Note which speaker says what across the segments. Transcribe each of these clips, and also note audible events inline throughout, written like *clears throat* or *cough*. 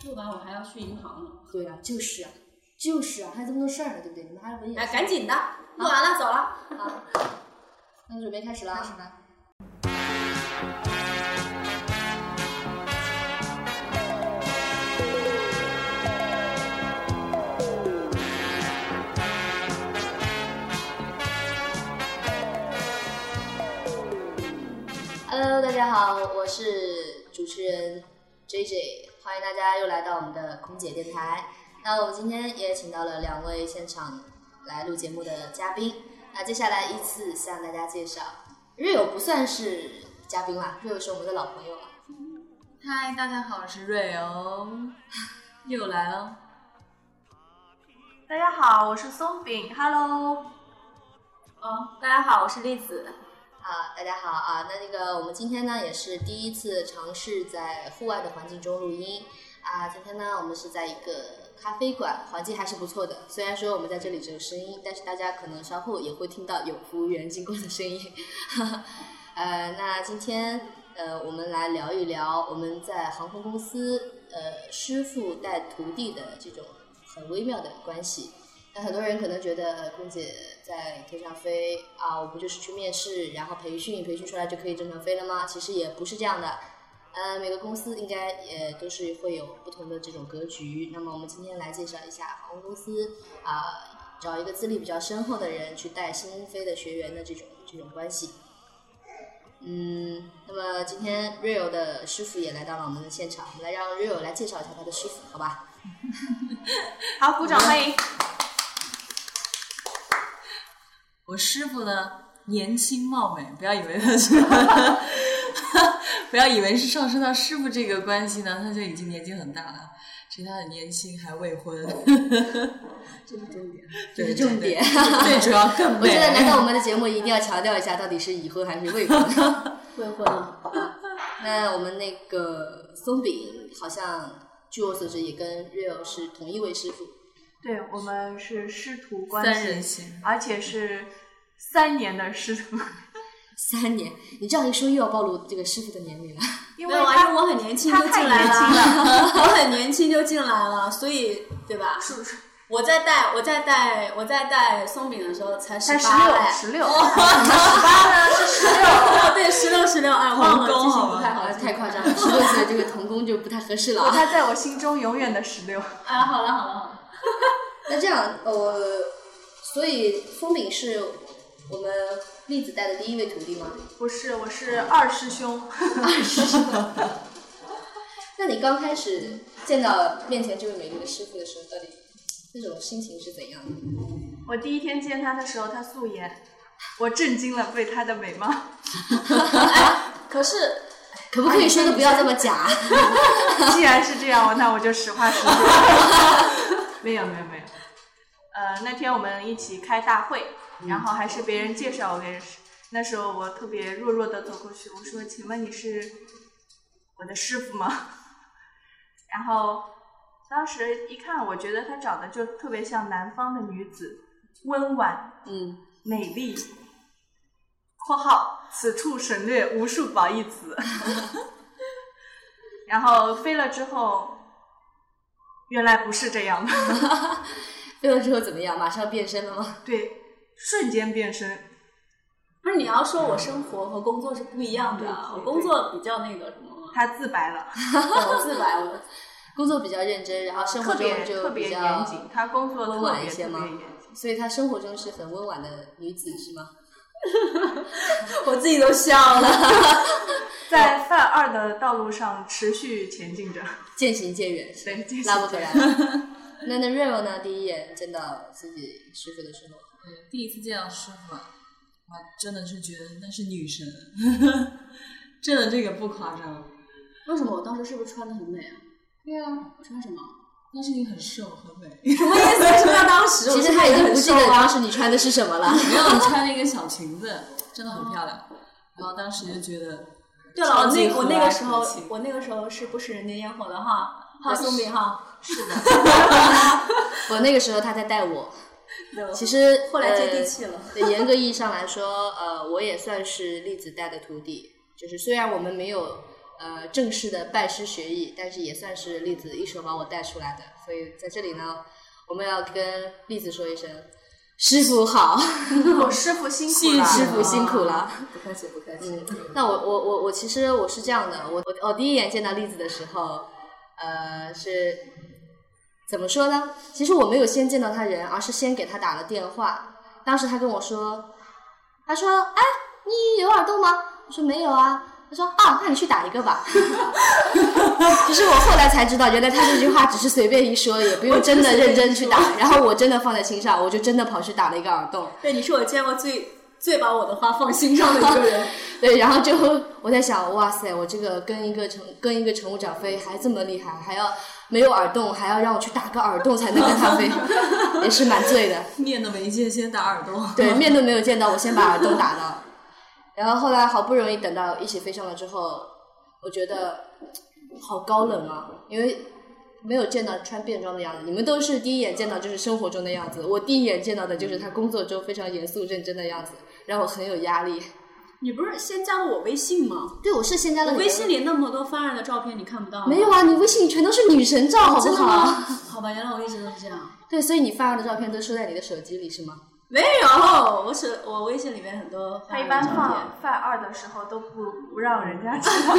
Speaker 1: 录完我还要去银行呢。
Speaker 2: 对呀、就是啊，就是啊，还有这么多事儿呢，对不对？你们还是文艺
Speaker 1: 哎，赶紧的，录完了，走了。
Speaker 2: 啊，那就准备开始了
Speaker 3: 开
Speaker 2: 啊。
Speaker 3: 始吧。
Speaker 2: Hello，大家好，我是主持人 J J，欢迎大家又来到我们的空姐电台。那我们今天也请到了两位现场来录节目的嘉宾，那接下来依次向大家介绍。瑞友不算是嘉宾啦，瑞友是我们的老朋友了。
Speaker 3: 嗨，大家好，我是瑞欧，又来了。大家好，我是松饼，Hello。
Speaker 1: 哦，大家好，我是栗子。
Speaker 2: 啊，大家好啊！那那个，我们今天呢也是第一次尝试在户外的环境中录音啊。今天呢，我们是在一个咖啡馆，环境还是不错的。虽然说我们在这里只有声音，但是大家可能稍后也会听到有服务员经过的声音。呃，那今天呃，我们来聊一聊我们在航空公司呃师傅带徒弟的这种很微妙的关系。那很多人可能觉得，呃空姐在天上飞啊，我不就是去面试，然后培训，培训出来就可以正常飞了吗？其实也不是这样的。呃，每个公司应该也都是会有不同的这种格局。那么我们今天来介绍一下航空公司啊、找一个资历比较深厚的人去带新飞的学员的这种这种关系。嗯，那么今天 Rio 的师傅也来到了我们的现场，我们来让 Rio 来介绍一下他的师傅，好吧？
Speaker 3: 好，鼓掌欢迎。我师傅呢，年轻貌美，不要以为他是， *laughs* 不要以为是上升到师傅这个关系呢，他就已经年纪很大了。其实他很年轻，还未婚，
Speaker 2: 这是重
Speaker 3: *laughs*
Speaker 2: 点，这是
Speaker 3: 对
Speaker 2: 重点。
Speaker 3: 最主要更
Speaker 2: 我
Speaker 3: 美。
Speaker 2: 觉得来到我们的节目一定要强调一下，到底是已婚还是 *laughs* 未婚。
Speaker 1: 未婚了。
Speaker 2: 那我们那个松饼好像据我所知也跟 Rio 是同一位师傅，
Speaker 4: 对我们是师徒关
Speaker 3: 三人
Speaker 4: 系，
Speaker 3: 行，
Speaker 4: 而且是三年的师徒，
Speaker 2: 三年。你这样一说又要暴露这个师傅的年 *laughs* 龄了。
Speaker 4: 因
Speaker 1: 没
Speaker 4: 为
Speaker 1: 有啊，因
Speaker 4: 他
Speaker 1: 为我很年轻
Speaker 4: 他
Speaker 1: 就进来了， *laughs* 我很年轻就进来了，所以对吧？
Speaker 4: 是是
Speaker 1: 我在带我在带我在带松饼的时候才
Speaker 4: 才
Speaker 1: 十
Speaker 4: 十
Speaker 1: 八
Speaker 4: 六
Speaker 1: 哎，
Speaker 4: 十 *laughs* 六，
Speaker 1: 哦 *laughs* 对，十六十六，哎，忘了，
Speaker 3: 童工
Speaker 1: 记性
Speaker 3: 好
Speaker 1: 不
Speaker 3: 吗
Speaker 1: 太好
Speaker 2: 啊，。太夸张了，十六岁这个童工就不太合适了啊。
Speaker 4: 他在我心中永远的十六。
Speaker 1: 哎，好了好了好了，
Speaker 2: *laughs* 那这样，呃，所以松饼是我们栗子带的第一位徒弟吗？
Speaker 4: 不是，我是二师 *laughs* 兄，
Speaker 2: 那你刚开始见到面前这位美丽的师傅的时候，到底那种心情是怎样的？
Speaker 4: 我第一天见他的时候，他素颜，我震惊了，被他的美貌。 *laughs*
Speaker 1: 可是
Speaker 2: 可不可以说的不要这么假？ *laughs*
Speaker 4: 既然是这样，那我就实话实说。没有没有没有，呃，那天我们一起开大会，然后还是别人介绍我认识。那时候我特别弱弱的走过去，我说：“请问你是我的师傅吗？” *laughs* 然后当时一看，我觉得她长得就特别像南方的女子，温婉
Speaker 2: 嗯，
Speaker 4: 美丽。（括号此处省略无数褒义词） *laughs* 然后飞了之后，原来不是这样的，
Speaker 2: 飞了之后怎么样？马上变身了吗？
Speaker 4: 对，瞬间变身。
Speaker 1: 不是你要说我生活和工作是不一样的啊，
Speaker 4: 对对
Speaker 1: 我工作比较那个什么嘛，
Speaker 4: 他自白了，
Speaker 1: 我自白我。
Speaker 2: 工作比较认真，然后生活
Speaker 4: 特
Speaker 2: 中
Speaker 4: 别
Speaker 2: 就
Speaker 4: 特别
Speaker 2: 比
Speaker 4: 严
Speaker 2: 较，
Speaker 4: 谨，他工作特
Speaker 2: 温婉
Speaker 4: 别
Speaker 2: 一些
Speaker 4: 特
Speaker 2: 吗
Speaker 4: 别严谨。
Speaker 2: 所以她生活中是很温婉的女子，是吗？
Speaker 1: 我自己都笑了。 *laughs*
Speaker 4: 在犯二的道路上持续前进着，
Speaker 2: 渐行渐远，是吧
Speaker 4: 对，这是
Speaker 2: 拉不回来 *laughs* 了。那那 Rio 呢？第一眼见到自己师傅的时候，
Speaker 3: 对，第一次见到师傅，哇，真的是觉得那是女神， *laughs* 真的这个不夸张。
Speaker 1: 为什么我当时是不是穿的很美啊？
Speaker 3: 对啊，
Speaker 1: 我穿什么？ *laughs*
Speaker 3: 但是你很瘦很
Speaker 4: *laughs*
Speaker 3: 美，
Speaker 1: 什么意思？为什么要当时？
Speaker 2: 其
Speaker 1: 我
Speaker 2: 实
Speaker 1: 是
Speaker 2: 他已经不
Speaker 1: 很
Speaker 2: 记
Speaker 1: 瘦
Speaker 2: 得
Speaker 1: 啊
Speaker 2: 当时你穿的是什么了。
Speaker 3: *laughs* 没有你穿了一个小裙子，真的很漂亮。
Speaker 4: 嗯
Speaker 3: 然后当时就觉得，
Speaker 1: 对了，我
Speaker 3: 超级
Speaker 1: 那
Speaker 3: 和
Speaker 1: 我那个
Speaker 3: 蔼
Speaker 1: 时候
Speaker 3: 可亲，
Speaker 1: 我那个时候是不食人间烟火的哈，哈松饼哈，
Speaker 2: 我那个时候他在带我，
Speaker 1: 对
Speaker 2: 其实
Speaker 1: 后来接地
Speaker 2: 呃
Speaker 1: 气了。
Speaker 2: 对，严格意义上来说，呃，我也算是栗子带的徒弟。就是虽然我们没有呃正式的拜师学艺，但是也算是栗子一手把我带出来的，所以在这里呢，我们要跟栗子说一声，师傅好，
Speaker 4: 我师傅辛苦
Speaker 3: 谢
Speaker 4: 了，
Speaker 3: 谢
Speaker 2: 师傅辛苦了。
Speaker 1: 不客气，不客气。
Speaker 2: 嗯，那我我我我其实我是这样的，我我我第一眼见到栗子的时候，呃，是怎么说呢？其实我没有先见到他人，而是先给他打了电话。当时他跟我说，他说：“哎，你有耳洞吗？”我说：“没有啊。”他说：“啊，那你去打一个吧。” *laughs* 其实我后来才知道，原来他这句话只是随便一说，也不用真的认真去打。然后我真的放在心上，我就真的跑去打了一个耳洞。
Speaker 1: 对，你是我见过最最把我的话放心上的一个
Speaker 4: *laughs*
Speaker 1: 人。
Speaker 2: *laughs* 对，然后就我在想，哇塞，我这个跟一个乘跟一个乘务长飞还这么厉害，还要没有耳洞，还要让我去打个耳洞才能跟他飞， *laughs* 也是蛮醉的。
Speaker 3: 面都没见，先打耳洞。
Speaker 2: 对，面都没有见到，我先把耳洞打到，然后后来好不容易等到一起飞上了之后，我觉得好高冷啊，因为没有见到穿便装的样子，你们都是第一眼见到就是生活中的样子，我第一眼见到的就是他工作中非常严肃认真的样子，让我很有压力。
Speaker 1: 你不是先加了我微信吗？
Speaker 2: 对，我是先加了
Speaker 1: 我
Speaker 2: 你的
Speaker 1: 微信里那么多发人的照片，你看不到吗
Speaker 2: 没有啊，你微信全都是女神照，好不
Speaker 1: 真的吗
Speaker 2: 好？？
Speaker 1: 好吧，原来我一直都是这样。
Speaker 2: *laughs* 对，所以你发的照片都收在你的手机里是吗？
Speaker 1: 没有，我是我微信里面很多
Speaker 4: 他
Speaker 1: 发
Speaker 4: 一
Speaker 1: 人的
Speaker 4: 般
Speaker 1: 照片。
Speaker 4: 放犯二的时候都不不让人家知道，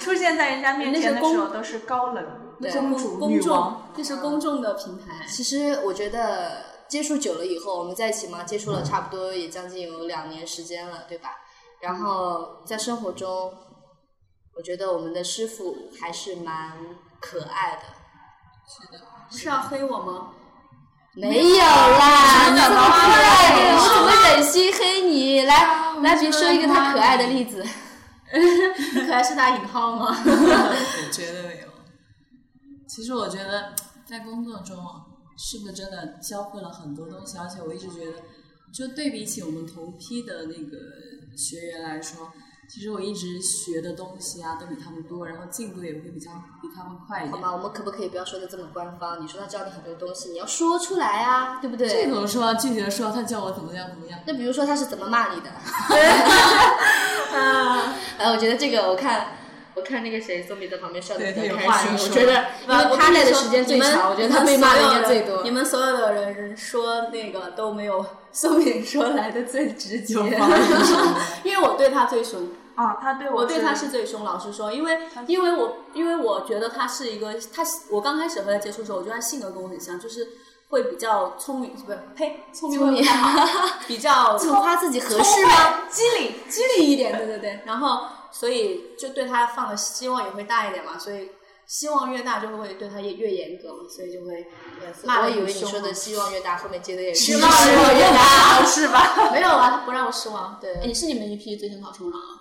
Speaker 4: 出现在人家面前的时候都是高冷
Speaker 2: 对
Speaker 4: 公主
Speaker 1: 公
Speaker 4: 女
Speaker 1: 众
Speaker 4: 王。，
Speaker 1: 这是公众的平台。
Speaker 2: 其实我觉得接触久了以后，我们在一起嘛，接触了差不多也将近有两年时间了，对吧？然后在生活中，我觉得我们的师傅还是蛮可爱的。
Speaker 1: 是要黑我
Speaker 4: *laughs*
Speaker 1: 吗？
Speaker 2: 没有啦，你怎么
Speaker 1: 没
Speaker 2: 会？
Speaker 1: 有
Speaker 2: 我怎么忍心黑你？来，来，
Speaker 3: 我
Speaker 2: 别
Speaker 3: 觉
Speaker 2: 说
Speaker 3: 得
Speaker 2: 一个他
Speaker 3: 他
Speaker 2: 可爱的例子。
Speaker 1: 可爱是打引号吗？
Speaker 3: *laughs* 绝对没有。其实我觉得在工作中啊，师傅真的教会了很多东西，而且我一直觉得，就对比起我们同批的那个学员来说，其实我一直学的东西啊都比他们多，然后进度也会比较比他们快一
Speaker 2: 好
Speaker 3: 点。
Speaker 2: 吗？我们可不可以不要说的这么官方？你说他教你很多东西，你要说出来啊，对不对？
Speaker 3: 这种说啊具体的说啊，他叫我怎么样怎么样，
Speaker 2: 那比如说他是怎么骂 *laughs* 你的？ *laughs* 哎，我觉得这个我看。我看那个谁，宗比在旁边笑的比
Speaker 3: 对
Speaker 2: 较
Speaker 3: 他有
Speaker 2: 开
Speaker 3: 话
Speaker 2: 心。
Speaker 3: 要
Speaker 2: 我
Speaker 3: 说
Speaker 2: 觉得，因为他来的时间最长，我觉得他被骂的应该最多
Speaker 1: 你。们所有的人说那个都没有 *laughs* 宋敏说来的最直接，
Speaker 3: 就放任手
Speaker 1: *laughs* 因为我对他最凶，
Speaker 4: 啊，他对
Speaker 1: 我
Speaker 4: 我
Speaker 1: 对他是最凶。老实说，因为因为我因为我觉得他是一个他，我刚开始和他接触的时候，我觉得他性格跟我很像，就是会比较聪明，不是呸，聪明会不太好，
Speaker 2: *laughs*
Speaker 1: 比较
Speaker 2: 这么夸自己合适吗？
Speaker 4: 机灵，
Speaker 1: 机灵一点，对对对。然后，所以就对他放的希望也会大一点嘛，所以希望越大，就会对他也越严格嘛，所以就会骂
Speaker 2: 我
Speaker 1: 得
Speaker 2: 以
Speaker 1: 越
Speaker 2: 为你
Speaker 1: 凶
Speaker 2: 说的希望越大，后面接的也
Speaker 1: 希
Speaker 2: 啊是
Speaker 1: 望
Speaker 2: 希望越大。
Speaker 4: 是吧？
Speaker 1: *laughs* 没有啊，他不让我失望。
Speaker 2: 对
Speaker 1: 哎你是你们一批最先考冲浪啊，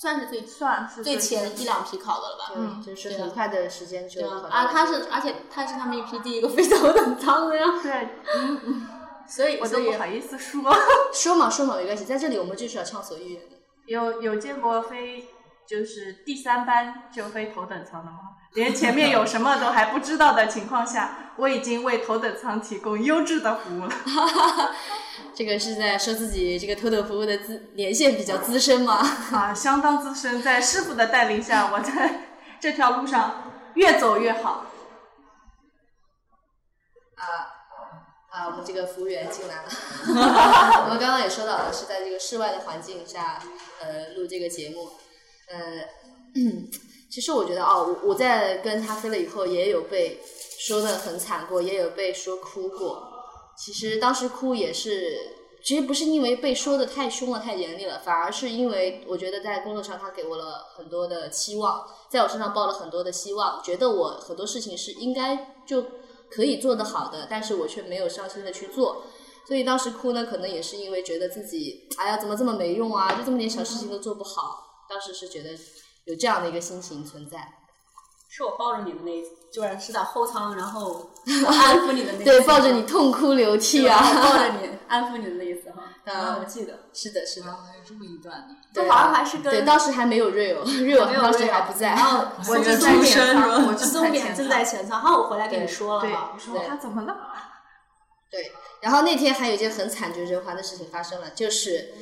Speaker 1: 算是最
Speaker 4: 算是
Speaker 1: 最前一两批考的了吧？
Speaker 2: 嗯，就是很快的时间就
Speaker 1: 对
Speaker 2: 可
Speaker 1: 啊
Speaker 2: 能
Speaker 1: 啊，他是，而且他是他们一批第一个飞到的舱的呀，
Speaker 4: 对，
Speaker 1: 所以
Speaker 4: 我
Speaker 1: 所
Speaker 4: 都
Speaker 1: 以
Speaker 4: 不好意思说。
Speaker 2: 说嘛说嘛没关系，在这里我们就是要畅所欲言的。
Speaker 4: 有有见过飞就是第三班就飞头等舱的吗？连前面有什么都还不知道的情况下，我已经为头等舱提供优质的服务了。 *laughs*
Speaker 2: 这个是在说自己这个头等服务的资年限比较资深吗？
Speaker 4: 啊，相当资深，在师傅的带领下，我在这条路上越走越好。
Speaker 2: 啊，我们这个服务员进来了。我们刚刚也说到了，是在这个室外的环境下，呃，录这个节目。呃，其实我觉得哦，我我在跟他飞了以后，也有被说的很惨过，也有被说哭过。其实当时哭也是，其实不是因为被说的太凶了、太严厉了，反而是因为我觉得在工作上他给我了很多的期望，在我身上抱了很多的希望，觉得我很多事情是应该就可以做得好的，但是我却没有上心的去做。所以当时哭呢，可能也是因为觉得自己，哎呀，怎么这么没用啊？就这么点小事情都做不好。当时是觉得有这样的一个心情存在，
Speaker 1: 是我抱着你的那一，居然是在后舱，然后我 *laughs* 安抚你的那一次
Speaker 2: 对，抱着你痛哭流涕啊。
Speaker 1: *laughs*
Speaker 2: *laughs*
Speaker 1: 对我 *laughs* 抱着你安抚你的那一次哈，
Speaker 2: 嗯
Speaker 1: 啊，我记得。
Speaker 2: 是的，是
Speaker 3: 然
Speaker 2: 的，
Speaker 3: 后还有这么一段呢，
Speaker 2: 对啊
Speaker 1: 这好像还是
Speaker 2: 对，
Speaker 1: 跟
Speaker 2: 当时还没有
Speaker 1: *laughs*
Speaker 2: *laughs* real，real
Speaker 1: 没有哦
Speaker 2: 当时
Speaker 1: real
Speaker 2: 还不在
Speaker 1: 然。后
Speaker 4: 我
Speaker 3: 觉
Speaker 4: 就
Speaker 3: 得
Speaker 4: 在
Speaker 3: 出
Speaker 4: 前
Speaker 3: 生是
Speaker 4: 舱，
Speaker 3: 吧
Speaker 4: 我就
Speaker 1: 松
Speaker 4: 在
Speaker 1: 扁
Speaker 4: 前
Speaker 1: 正
Speaker 4: 舱
Speaker 1: 在。啊前舱，哈，我回来跟你
Speaker 2: 对
Speaker 1: 说了
Speaker 4: 对
Speaker 1: 哈，，
Speaker 4: 你说他怎么了？
Speaker 2: 然后那天还有一件很惨绝人寰的事情发生了，就是，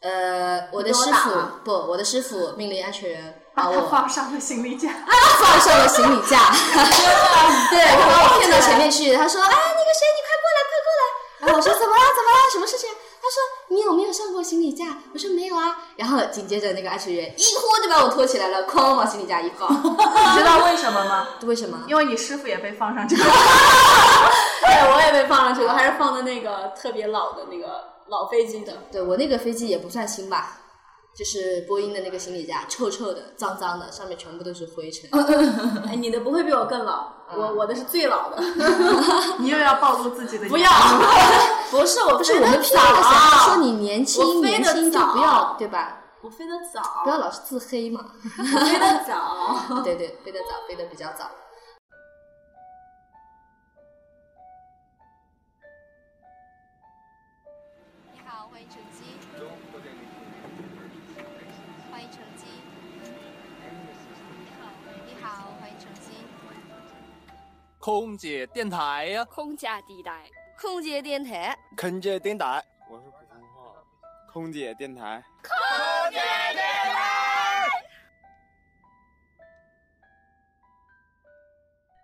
Speaker 2: 呃，我的
Speaker 1: 你给我
Speaker 2: 师
Speaker 1: 打
Speaker 2: 傅
Speaker 1: 了
Speaker 2: 不，我的师傅命令安全员把
Speaker 4: 他
Speaker 1: *laughs*
Speaker 2: 我
Speaker 4: 放上了行李架，
Speaker 2: 放上了行李架， *laughs* 对，他把我骗到前面去，他说：“哎，那个谁，你快过来，快过
Speaker 1: *laughs*
Speaker 2: 来。”然后我说：“怎么了？怎么了？什么事情？”他说：“你有没有上过行李架？”我说：“没有啊。”然后紧接着那个安全员一拖就把我拖起来了，哐往行李架一
Speaker 1: *laughs*
Speaker 2: 放，
Speaker 4: 你知道为什么吗？
Speaker 2: 为什么？
Speaker 4: 因为你师傅也被放上这个，
Speaker 1: 对，我也被放上去，我还是放的那个特别老的那个老飞机的。
Speaker 2: 对我那个飞机也不算新吧，就是波音的那个行李架，臭臭的、脏脏的，上面全部都是灰尘。
Speaker 1: 哎，你的不会比我更老，我我的是最 *laughs* 老的。
Speaker 4: 你又要暴露自己的
Speaker 1: 不要， *laughs* 不是我
Speaker 2: 不
Speaker 1: 不
Speaker 2: 是我
Speaker 1: 早
Speaker 2: 们骗了，想要说你年轻，
Speaker 1: 我飞
Speaker 2: 年
Speaker 1: 得
Speaker 2: 轻就
Speaker 1: 早
Speaker 2: 不要，对吧？
Speaker 1: 我飞得
Speaker 2: 不
Speaker 1: 早，
Speaker 2: 要老是自黑嘛。
Speaker 1: 我飞得 *laughs* 早。
Speaker 2: 哦对对，飞得早，飞得比较早。
Speaker 5: 你好，欢迎乘机。欢迎乘机。你好，你好，欢迎乘机。
Speaker 6: 空姐电台呀、
Speaker 5: 空姐地带，空姐电台，
Speaker 6: 空姐电台，我是普通话，空姐电台。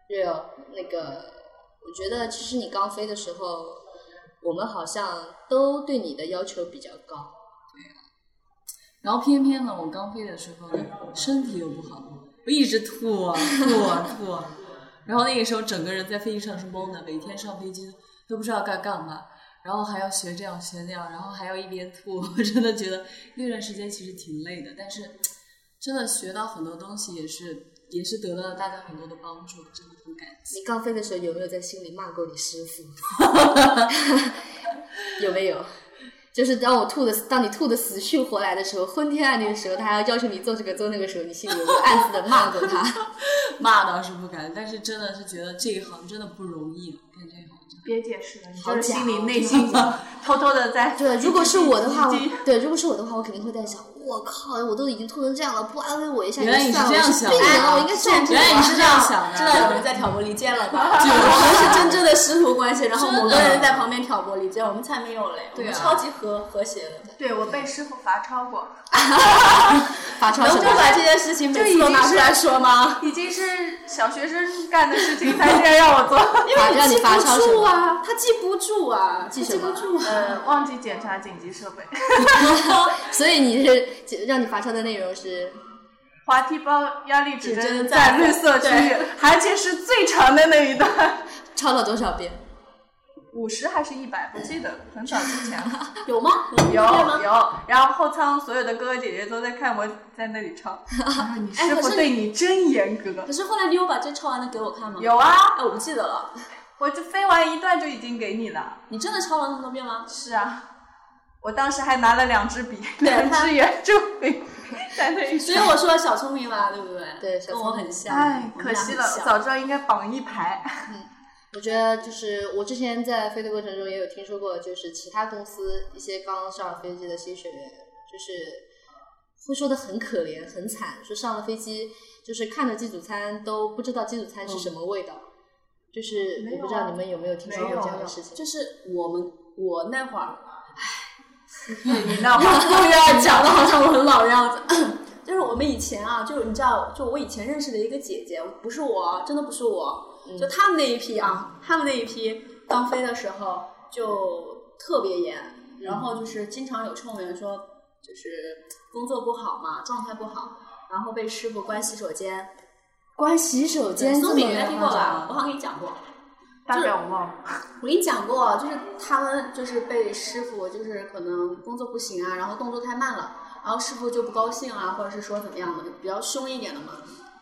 Speaker 2: real 那个，我觉得其实你刚飞的时候，我们好像都对你的要求比较高。
Speaker 3: 然后偏偏呢，我刚飞的时候身体又不好，我一直吐啊吐啊吐啊。然后那个时候整个人在飞机上是懵的，每天上飞机都不知道该干嘛，然后还要学这样学那样，然后还要一边吐， *laughs* 我真的觉得那段时间其实挺累的，但是真的学到很多东西，也是也是得到了大家很多的帮助，真的很感激。
Speaker 2: 你刚飞的时候有没有在心里骂过你师傅？ *laughs* 有没有？就是当我吐的，当你吐的死去活来的时候，昏天暗地的时候，他还要要求你做这个做那个时候，你心里有没有暗自的骂过他？
Speaker 3: 骂倒是不敢，但是真的是觉得这一行真的不容易，啊干这一行真的。
Speaker 4: 别解释了，你
Speaker 2: 好
Speaker 4: *laughs* 就是
Speaker 2: 假哦
Speaker 4: 心里内心偷偷的在。
Speaker 2: 对，如果是我的话，
Speaker 4: 唧唧
Speaker 2: 我对，如果是我的话，我肯定会在想，我靠，我都已经吐成这样了，不安慰我一下，
Speaker 3: 原来
Speaker 2: 也
Speaker 3: 你是
Speaker 2: 算
Speaker 3: 这
Speaker 2: 我
Speaker 3: 样
Speaker 2: 是
Speaker 3: 想
Speaker 2: 病
Speaker 3: 的
Speaker 2: 人，
Speaker 3: 啊
Speaker 2: 我应该
Speaker 1: 哎
Speaker 2: 照顾
Speaker 3: 原来
Speaker 2: 我
Speaker 3: 你是这样想的，
Speaker 1: 知道有人在挑拨离间了吧？我们是真正的师徒关系，然后某个人在旁边挑拨离间，我们才没有嘞，我
Speaker 3: 对啊
Speaker 1: 们超级和和谐的。
Speaker 4: 对我被师傅罚抄过，
Speaker 2: 发超
Speaker 1: 能
Speaker 2: 什
Speaker 1: 够
Speaker 2: 么？
Speaker 1: 把这件事情每次都拿出来说吗？
Speaker 4: *laughs* 已经是小学生干的事情，他竟然
Speaker 1: *laughs*
Speaker 4: 让我做，
Speaker 1: 因
Speaker 2: 法
Speaker 1: 为
Speaker 2: 让
Speaker 1: 你
Speaker 2: 你
Speaker 1: 记
Speaker 2: 发烧
Speaker 1: 不
Speaker 2: 什
Speaker 1: 住
Speaker 2: 么？
Speaker 1: 啊，他记不住啊，
Speaker 2: 记
Speaker 1: 记
Speaker 2: 什么
Speaker 1: 不住啊。
Speaker 4: 呃，忘记检查紧急设备，
Speaker 2: *laughs* 所以你是让你发烧的内容是
Speaker 4: 滑梯包压力指
Speaker 1: 指
Speaker 4: 针
Speaker 1: 针
Speaker 4: 在
Speaker 1: 在
Speaker 4: 绿色区域，而且是最长的那一段，
Speaker 2: 抄了多少遍？
Speaker 4: 五十还是一百，不记得，很早之前
Speaker 1: *laughs*
Speaker 4: 了。
Speaker 1: 有吗？有
Speaker 4: 有
Speaker 1: 吗？
Speaker 4: 有，然后后舱所有的哥哥姐姐都在看我在那
Speaker 1: *laughs*
Speaker 4: 里抄，啊，你
Speaker 1: 哎
Speaker 4: 师
Speaker 1: 可
Speaker 4: 傅
Speaker 1: 是
Speaker 4: 对你真
Speaker 1: *laughs*
Speaker 4: 严格
Speaker 1: 可。是后来你有把这抄完的给我看吗？。
Speaker 4: 有啊，
Speaker 1: 哎，我不记得了。
Speaker 4: 我就飞完一段就已经给你了。
Speaker 1: 你真的抄了那么多遍吗？
Speaker 4: 是啊，我当时还拿了两支笔，
Speaker 1: 对
Speaker 4: 两
Speaker 1: 他
Speaker 4: 支圆珠笔，在那
Speaker 1: *laughs*
Speaker 4: 里
Speaker 1: 所以我说小聪明嘛，对不对？
Speaker 2: 对小
Speaker 1: 跟
Speaker 2: 聪明
Speaker 1: 我很像。
Speaker 4: 哎，
Speaker 1: 我
Speaker 4: 可
Speaker 1: 们俩
Speaker 4: 惜
Speaker 1: 很
Speaker 4: 了，
Speaker 1: 像
Speaker 4: 早知道应该绑一排。
Speaker 2: 我觉得就是我之前在飞的过程中也有听说过，就是其他公司一些刚上飞机的新学员，就是会说的很可怜、很惨，说上了飞机就是看着机组餐都不知道机组餐是什么味道，就是
Speaker 4: 没有啊
Speaker 2: 我不知道你们有没有听说过这样的事情。
Speaker 1: 就是我们我那会儿，
Speaker 4: 你那会儿
Speaker 1: *laughs* 对呀，讲的好像我很老的样子。 *clears throat* 就是我们以前啊，就是你知道，就我以前认识的一个姐姐，不是我，真的不是我，
Speaker 2: 嗯
Speaker 1: 就他们那一批啊，他们那一批刚飞的时候就特别严，
Speaker 2: 嗯
Speaker 1: 然后就是经常有乘务员说，就是工作不好嘛，状态不好，然后被师傅关洗手间。
Speaker 2: 关洗手间这
Speaker 1: 松
Speaker 2: 么
Speaker 1: 饼应该
Speaker 2: 严
Speaker 1: 听过
Speaker 2: 重
Speaker 1: 吧？我好
Speaker 2: 吗？
Speaker 1: 像跟你讲过，
Speaker 4: 大概我忘了。
Speaker 1: 我跟你讲过，就是他们就是被师傅就是可能工作不行啊，然后动作太慢了，然后师傅就不高兴啊，或者是说怎么样的，比较凶一点的嘛，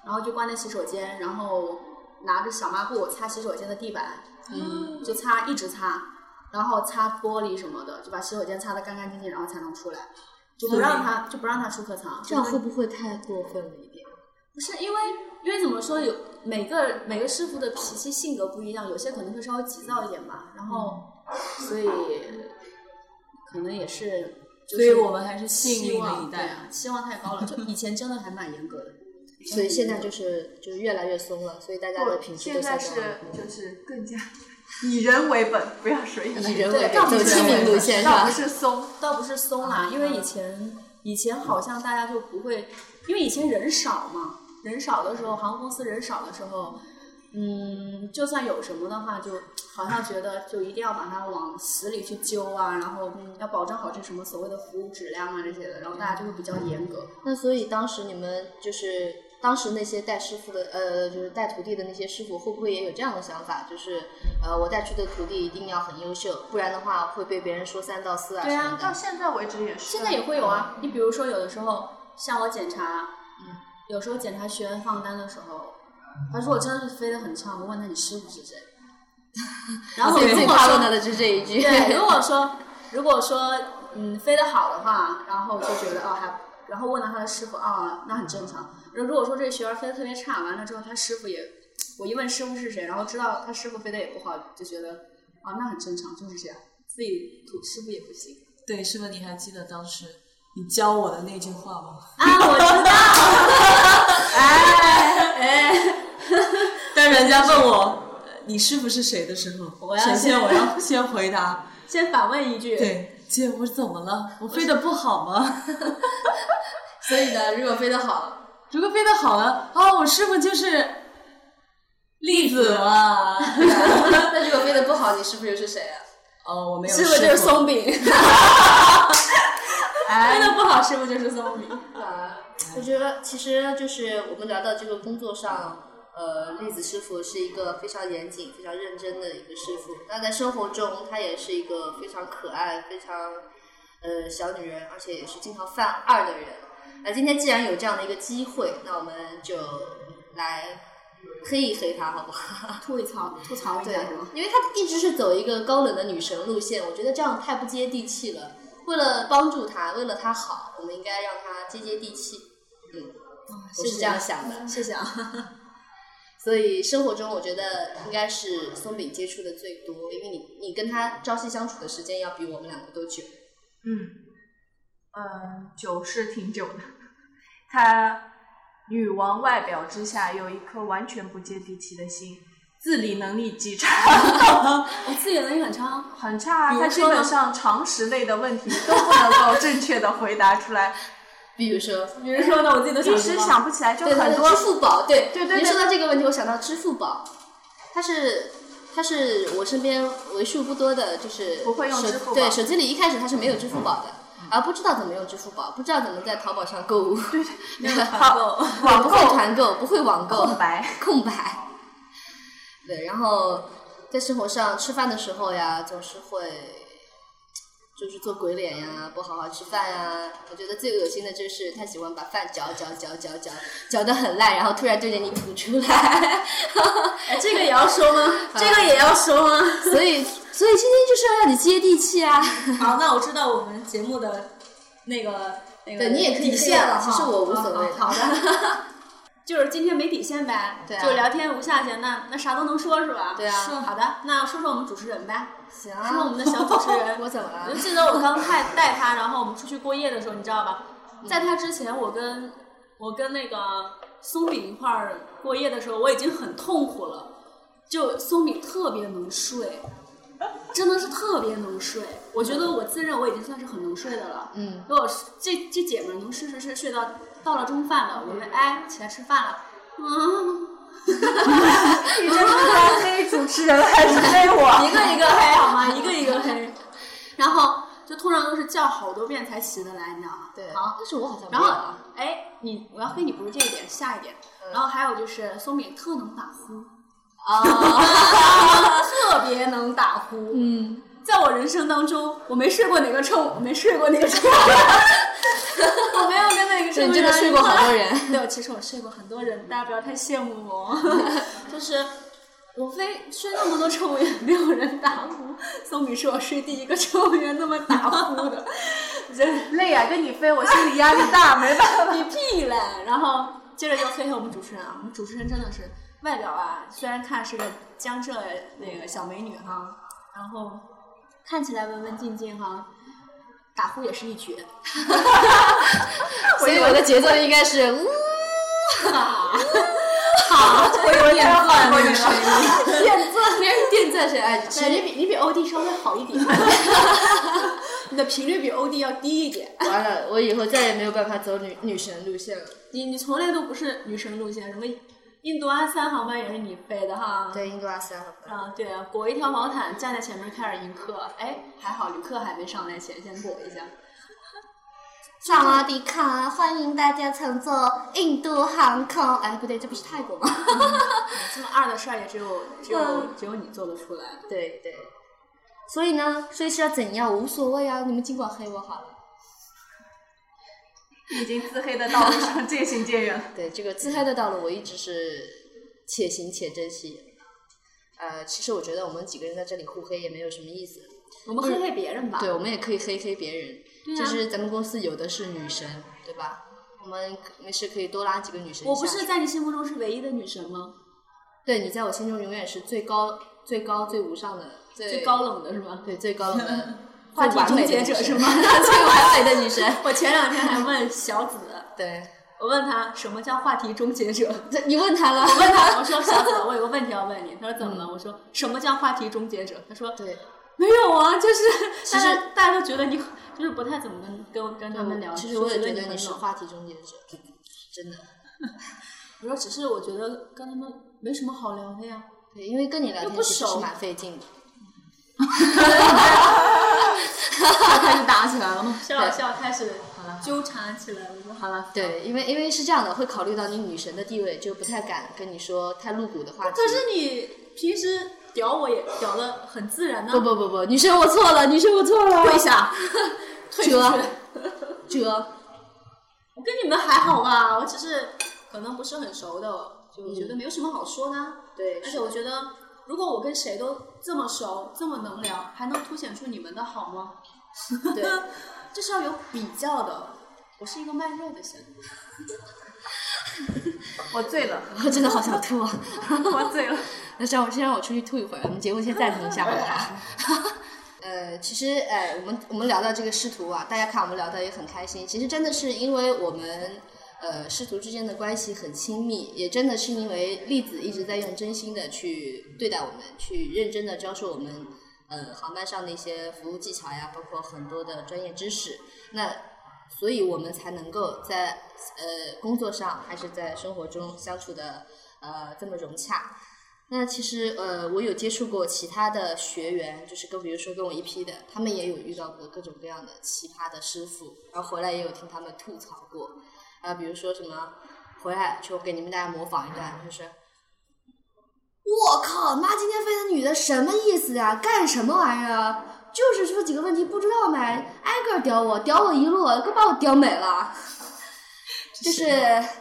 Speaker 1: 然后就关在洗手间，然后拿着小抹布擦洗手间的地板，
Speaker 3: 嗯，
Speaker 1: 就擦一直擦，然后擦玻璃什么的，就把洗手间擦得干干净净，然后才能出来，就不让他就不让他出客舱，
Speaker 2: 这样会不会太过分了一点？
Speaker 1: 不是因为，因为怎么说，有每个每个师傅的脾气性格不一样，有些可能会稍微急躁一点吧，然后
Speaker 3: 嗯
Speaker 1: 所以可能也是，就
Speaker 3: 所
Speaker 1: 是
Speaker 3: 以我们还是幸
Speaker 1: 希
Speaker 3: 运的
Speaker 1: 望
Speaker 3: 一
Speaker 1: 对
Speaker 3: 代。
Speaker 1: 啊，期望太高了。就以前真的还蛮严格的，
Speaker 2: 所以现在就是就是越来越松了，所以大家的品质
Speaker 4: 现
Speaker 2: 都下
Speaker 4: 在是
Speaker 2: 降了。
Speaker 4: 就是更加 *laughs* 以人为本，不要说以
Speaker 2: 以人
Speaker 1: 对
Speaker 2: 为
Speaker 1: 倒
Speaker 2: 本，
Speaker 1: 不是
Speaker 2: 走亲民路线是
Speaker 4: 倒不
Speaker 2: 吧？
Speaker 4: 是松，
Speaker 1: 倒不是松啦，因为以前以前好像大家就不会因为以前人少嘛，人少的时候，航空公司人少的时候，嗯，就算有什么的话，就好像觉得就一定要把它往死里去揪啊，然后嗯要保证好这什么所谓的服务质量啊这些的，然后大家就会比较严格。
Speaker 2: 那所以当时你们就是当时那些带师傅的，呃，就是带徒弟的那些师傅，会不会也有这样的想法？就是呃，我带出的徒弟一定要很优秀，不然的话会被别人说三道四啊
Speaker 1: 对
Speaker 2: 什
Speaker 1: 啊
Speaker 2: 么
Speaker 4: 到
Speaker 2: 的。
Speaker 4: 现在为止也是。
Speaker 1: 现在也会有啊，你比如说有的时候像我检查，
Speaker 2: 嗯，
Speaker 1: 有时候检查学员放单的时候，他如果真的是飞得很畅，我问他你是不是这个， *laughs* 然后
Speaker 2: 我
Speaker 1: 如
Speaker 2: 最
Speaker 1: 果
Speaker 2: 怕问
Speaker 1: 说
Speaker 2: 到的就是这一句。
Speaker 1: 啊
Speaker 2: *laughs*
Speaker 1: 对，如果说如果说嗯飞得好的话，然后就觉得哦还，然后问了他的师傅啊、那很正常。如果说这个学员飞得特别差，完了之后他师傅也，我一问师傅是谁，然后知道他师傅飞得也不好，就觉得啊、那很正常，就是这样，自己吐师傅也不
Speaker 2: *laughs*
Speaker 1: 行。
Speaker 3: 对，师傅，你还记得当时你教我的那句话吗？ *laughs*
Speaker 1: 啊，我知道， *laughs* 哎哎。 *laughs*
Speaker 3: 当人家问我呃你师傅是谁的时候，
Speaker 1: 我要
Speaker 3: 首先
Speaker 1: 先
Speaker 3: 我要先回
Speaker 1: *laughs*
Speaker 3: 答，
Speaker 1: 先反问一句，
Speaker 3: 对，姐，我怎么了？我飞得不好吗？ *laughs*
Speaker 2: 所以呢，如果飞得好，
Speaker 3: 如果飞得好了，啊，我师傅就是栗子啊。
Speaker 2: 那如果飞得不好，你师傅又是谁啊？
Speaker 3: *laughs* 哦，我没有
Speaker 1: 师傅哎就是
Speaker 3: 松。
Speaker 1: 松饼， *laughs* 真的不好，师傅就是松饼。
Speaker 2: 啊，我觉得其实就是我们聊到这个工作上，呃，栗子师傅是一个非常严谨、非常认真的一个师傅。那在生活中，她也是一个非常可爱、非常呃小女人，而且也是经常犯二的人。那今天既然有这样的一个机会，那我们就来黑一黑她，好不好？
Speaker 1: 啊吐一槽，吐槽一
Speaker 2: 对
Speaker 1: 下是吗？，
Speaker 2: 因为她一直是走一个高冷的女神路线，我觉得这样太不接地气了。为了帮助她，为了她好，我们应该让她接接地气。嗯，我是这样想的。
Speaker 1: 谢谢啊。
Speaker 2: 所以生活中，我觉得应该是松饼接触的最多，因为你你跟她朝夕相处的时间要比我们两个都久。
Speaker 4: 嗯，嗯，久是挺久的。她女王外表之下有一颗完全不接地气的心，自理能力极差，
Speaker 1: *laughs* 我自己能力很差，
Speaker 4: *laughs* 很差、
Speaker 1: 比
Speaker 4: 啊。
Speaker 1: 如
Speaker 4: 她基
Speaker 1: 说呢
Speaker 4: 本上常识类的问题都不能够正确的回答出来，
Speaker 2: 比如说，
Speaker 1: 比如说呢，我自己都
Speaker 4: 一时想不起来，就
Speaker 2: 对对
Speaker 4: 很
Speaker 2: 对，
Speaker 4: 多
Speaker 2: 支付宝，对
Speaker 4: 对对
Speaker 2: 您
Speaker 4: 对
Speaker 2: 说到这个问题，我想到支付宝，它是它是我身边为数不多的，就是
Speaker 4: 不会用
Speaker 2: 手
Speaker 4: 支付宝嗯
Speaker 2: 对，手机里一开始它是没有支付宝的。啊，不知道怎么用支付宝，不知道怎么在淘宝上购物，对
Speaker 1: 没有
Speaker 2: *laughs*
Speaker 1: 团购，
Speaker 4: 网
Speaker 2: 不
Speaker 4: 购
Speaker 2: 会团购，不会网购，
Speaker 4: 空白。
Speaker 2: 空白。对，然后在生活上吃饭的时候呀，总是会就是做鬼脸呀，不好好吃饭呀。我觉得最恶心的就是他喜欢把饭嚼嚼嚼嚼嚼嚼得很烂，然后突然对着你吐出来。
Speaker 1: 哎这个也要说吗？
Speaker 2: *laughs*
Speaker 1: 这个也要说吗？
Speaker 2: 所以，所以今天就是要让你接地气啊。
Speaker 1: 好，那我知道我们节目的那个那个
Speaker 2: 对你也可以
Speaker 1: 底线
Speaker 2: 黑
Speaker 1: 了
Speaker 2: 我
Speaker 1: 哈，哦
Speaker 2: 其实我无所谓
Speaker 1: 好好好 *laughs* 的，就是今天没底线 *laughs* 呗，
Speaker 2: 对啊
Speaker 1: 就聊天无下限，那那啥都能说是吧？
Speaker 2: 对啊
Speaker 1: 说好的，啊那说说我们主持人呗，
Speaker 2: 行
Speaker 1: 说说我们的小主持人，
Speaker 2: *laughs* 我怎么了
Speaker 1: 我就？记得我刚带带他，然后我们出去过夜的时候，你知道吧？在他之前，我跟我跟那个松饼一块儿过夜的时候，我已经很痛苦了。就松饼特别能睡，真的是特别能睡。我觉得我自认我已经算是很能睡的了。
Speaker 2: 嗯，
Speaker 1: 如果是这这姐们儿能睡睡睡睡到到了中饭了，我们哎起来吃饭了，嗯，
Speaker 4: 你这是
Speaker 1: *laughs*
Speaker 4: 在黑主持人还是黑我？
Speaker 1: 一个一个黑好吗？一个一个黑，然后就通常都是叫好多遍才起得来，你知道吗？
Speaker 2: 对，
Speaker 1: 好，
Speaker 2: 但是我好像没
Speaker 1: 然
Speaker 2: 有
Speaker 1: 后
Speaker 2: 啊。，
Speaker 1: 哎，你我要黑你不是这一点，下一点。
Speaker 2: 嗯
Speaker 1: 然后还有就是松饼特能打呼，
Speaker 2: 啊，
Speaker 1: *laughs* 特别能打呼。
Speaker 2: 嗯，
Speaker 1: 在我人生当中，我没睡过哪个称，我没睡过哪
Speaker 2: *laughs*
Speaker 1: 个称，我没有跟哪个
Speaker 2: 对
Speaker 1: 称。
Speaker 2: 你真的睡过好多人。
Speaker 1: 没有，其实我睡过很多人，大家不要太羡慕我。 *laughs* 就是我非睡那么多乘务员，没有人打呼。松饼是我睡第一个乘务员那么打呼的 *laughs* 人。
Speaker 4: 累啊，跟你飞，我心理压力大，没办法。
Speaker 1: 你屁嘞！然后接着就黑黑我们主持人啊，我们主持人真的是外表啊，虽然看是个江浙那个小美女哈，然后看起来文文静静哈，打呼也是一绝。
Speaker 2: 所以我的节奏应该是嗯呜。啊
Speaker 1: 好，
Speaker 4: 我以为他要换
Speaker 3: 那
Speaker 4: 我
Speaker 3: 个
Speaker 1: *laughs*
Speaker 2: *laughs*
Speaker 4: 了。
Speaker 2: 电钻，别人电钻谁爱
Speaker 1: 那你比你比欧弟稍微好一点， *laughs* 你的频率比欧弟要低一点。
Speaker 2: *laughs* 完了，我以后再也没有办法走女女神路线了。
Speaker 1: 你你从来都不是女生路线，什么印度阿三航班也是你飞的哈。。
Speaker 2: 对，印度阿三了。
Speaker 1: 啊，对啊，裹一条毛毯站在前面开始迎客，哎，还好旅客还没上来前，先裹一下。
Speaker 2: 萨瓦啊迪卡，欢迎大家乘坐印度航空。哎，不对，这不是泰国吗？ *laughs*
Speaker 1: 这么二的事儿也只有只
Speaker 2: 嗯
Speaker 1: 有只有你做得出来。
Speaker 2: 对对。所以呢，所以是要怎样无所谓啊，你们尽管黑我好了。
Speaker 4: 已经自黑的道路上渐行渐远了。
Speaker 2: 对这个自嗨的道路，我一直是且行且珍惜。呃，其实我觉得我们几个人在这里互黑也没有什么意思。
Speaker 1: 我们黑黑别人吧。
Speaker 2: 对，我们也可以黑黑别人。
Speaker 1: 对啊
Speaker 2: 就是咱们公司有的是女神，对吧？我们没事可以多拉几个女神下去。
Speaker 1: 我不是在你心目中是唯一的女神吗？
Speaker 2: 对你在我心中永远是最高、最高、最无上的、最
Speaker 1: 最高冷的是吗？
Speaker 2: 对最高
Speaker 1: *laughs*
Speaker 2: 冷的
Speaker 1: 话题
Speaker 2: 最完
Speaker 1: 终
Speaker 2: 美的
Speaker 1: 结
Speaker 2: 女
Speaker 1: 者
Speaker 2: 神？
Speaker 1: 是吗
Speaker 2: *laughs* 最完美的女神。
Speaker 1: *laughs* 我前两天还问小紫， *laughs*
Speaker 2: 对，
Speaker 1: 我问他什么叫话题终结者，
Speaker 2: 这你问他了。
Speaker 1: 我问他，我说小紫，我有个问题要问你。他说怎么
Speaker 2: 嗯
Speaker 1: 了？我说什么叫话题终结者？他说
Speaker 2: 对，
Speaker 1: 没有啊，就是
Speaker 2: *laughs* 其
Speaker 1: 大
Speaker 2: 实嗯
Speaker 1: 家大家都觉得你就是不太怎么跟跟跟他们聊。
Speaker 2: 其实我也觉
Speaker 1: 觉
Speaker 2: 得
Speaker 1: 很
Speaker 2: 你是
Speaker 1: 冷
Speaker 2: 话题终结者，真的。
Speaker 1: 我说只是我觉得跟他们没什么好聊的呀。
Speaker 2: 对，因为跟你聊
Speaker 1: 又
Speaker 2: 天
Speaker 1: 不
Speaker 2: 其实是
Speaker 1: 熟
Speaker 2: 蛮费劲的。
Speaker 1: *laughs*
Speaker 2: *laughs*
Speaker 3: 开始打起来了吗？
Speaker 1: 笑笑开始纠缠起来了。
Speaker 3: 好了，
Speaker 2: 对，因为因为是这样的，会考虑到你女神的地位，就不太敢跟你说太露骨的话题。啊
Speaker 1: 可是你平时屌我也屌的很自然呢、
Speaker 2: 不不不不，女神我错了，女神我错了，
Speaker 1: *laughs* 跪下，退出
Speaker 2: 折
Speaker 1: 去。
Speaker 2: 折。
Speaker 1: 我跟你们还好吧，我只是可能不是很熟的，就觉得
Speaker 2: 嗯
Speaker 1: 没有什么好说的啊。
Speaker 2: 对，
Speaker 1: 而且我觉得，如果我跟谁都这么熟，这么能聊，还能凸显出你们的好吗？
Speaker 2: 对，
Speaker 1: 这是要有比较的。我是一个卖肉的人，
Speaker 4: 我醉了，
Speaker 2: 我真的好想吐啊！
Speaker 4: 我醉了。
Speaker 2: 那让我先让我出去吐一会儿，我们节目先暂停一下，好不好？ *laughs* 呃，其实呃，我们我们聊到这个师徒啊，大家看我们聊的也很开心。其实真的是因为我们呃师徒之间的关系很亲密，也真的是因为栗子一直在用真心的去对待我们，去认真的教授我们呃航班上的一些服务技巧呀，包括很多的专业知识。那所以我们才能够在呃工作上还是在生活中相处的呃这么融洽。那其实呃，我有接触过其他的学员，就是跟比如说跟我一批的，他们也有遇到过各种各样的奇葩的师傅，然后回来也有听他们吐槽过，啊，比如说什么回来就给你们大家模仿一段，就是。我靠！妈，今天飞的女的什么意思啊？干什么玩意儿啊？就是说几个问题不知道嘛，挨个儿屌我，屌我一路，都把我屌美了。就是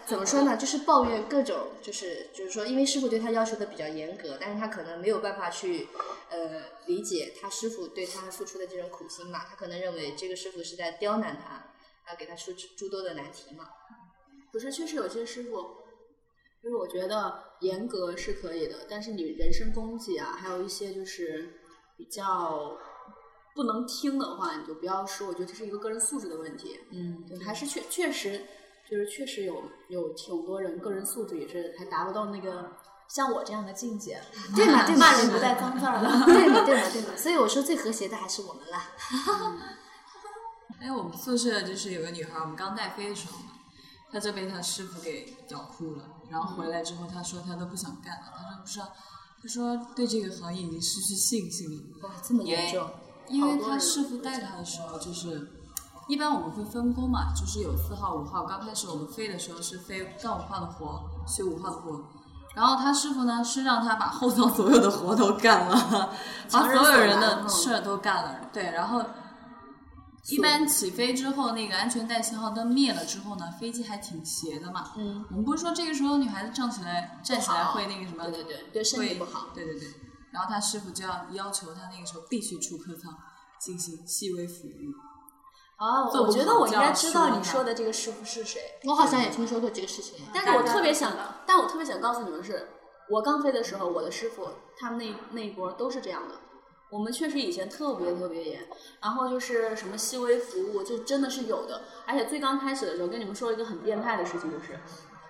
Speaker 2: 怎么说呢？就是抱怨各种，就是就是说，因为师傅对他要求的比较严格，但是他可能没有办法去呃理解他师傅对他付出的这种苦心嘛，他可能认为这个师傅是在刁难他，啊，给他出诸诸多的难题嘛。
Speaker 1: 不是确实有些师傅，就是我觉得严格是可以的，但是你人身攻击啊，还有一些就是比较不能听的话，你就不要说。我觉得这是一个个人素质的问题。
Speaker 3: 嗯，
Speaker 1: 对，还是确确实就是确实有有挺多人个人素质也是还达不到那个像我这样的境
Speaker 3: *laughs*
Speaker 1: 界，
Speaker 2: 对嘛对嘛
Speaker 1: 骂人不带脏字儿的。
Speaker 2: *laughs* 对嘛对嘛对嘛，所以我说最和谐的还是我们啦。
Speaker 3: 哎，我们宿舍就是有个女孩，我们刚带飞的时候嘛，她就被她师傅给屌哭了。然后回来之后，她说她都不想干了。她说不是啊，她说对这个行业已经失去信心了。
Speaker 2: 哇，这么严重，
Speaker 3: 因为他师傅带他的时候，就是一般我们会分工嘛，就是有四号、五号。刚开始我们飞的时候是飞干五号的活，学五号的活。然后他师傅呢是让他把后头所有的活都干了，把
Speaker 1: 强
Speaker 3: 所
Speaker 1: 人所
Speaker 3: 有人
Speaker 1: 难
Speaker 3: 的
Speaker 1: 哈
Speaker 3: 事儿都干了。对，然后一般起飞之后，那个安全带信号灯灭了之后呢，飞机还挺斜的嘛。
Speaker 2: 嗯，
Speaker 1: *laughs*
Speaker 3: 我们不是说这个时候女孩子站起来站起来
Speaker 2: 好
Speaker 3: 会那个什么？
Speaker 2: 对对对，对身体
Speaker 3: 会
Speaker 2: 不好。
Speaker 3: 对对对，然后他师傅就要要求他那个时候必须出客舱进行细微抚育。
Speaker 1: 啊，
Speaker 3: 做
Speaker 1: 我
Speaker 3: 不
Speaker 1: 觉得
Speaker 3: 好
Speaker 1: 我应
Speaker 3: 就要
Speaker 1: 该知道
Speaker 3: 说
Speaker 1: 你
Speaker 3: 呢
Speaker 1: 说的这个师傅是谁，
Speaker 2: 我好像也听说过这个事情，
Speaker 1: 但是我特别想，但我特别想告诉你们是，我刚飞的时候，我的师傅他们那那一波都是这样的。我们确实以前特别特别严，然后就是什么细微服务，就真的是有的。而且最刚开始的时候，跟你们说一个很变态的事情，就是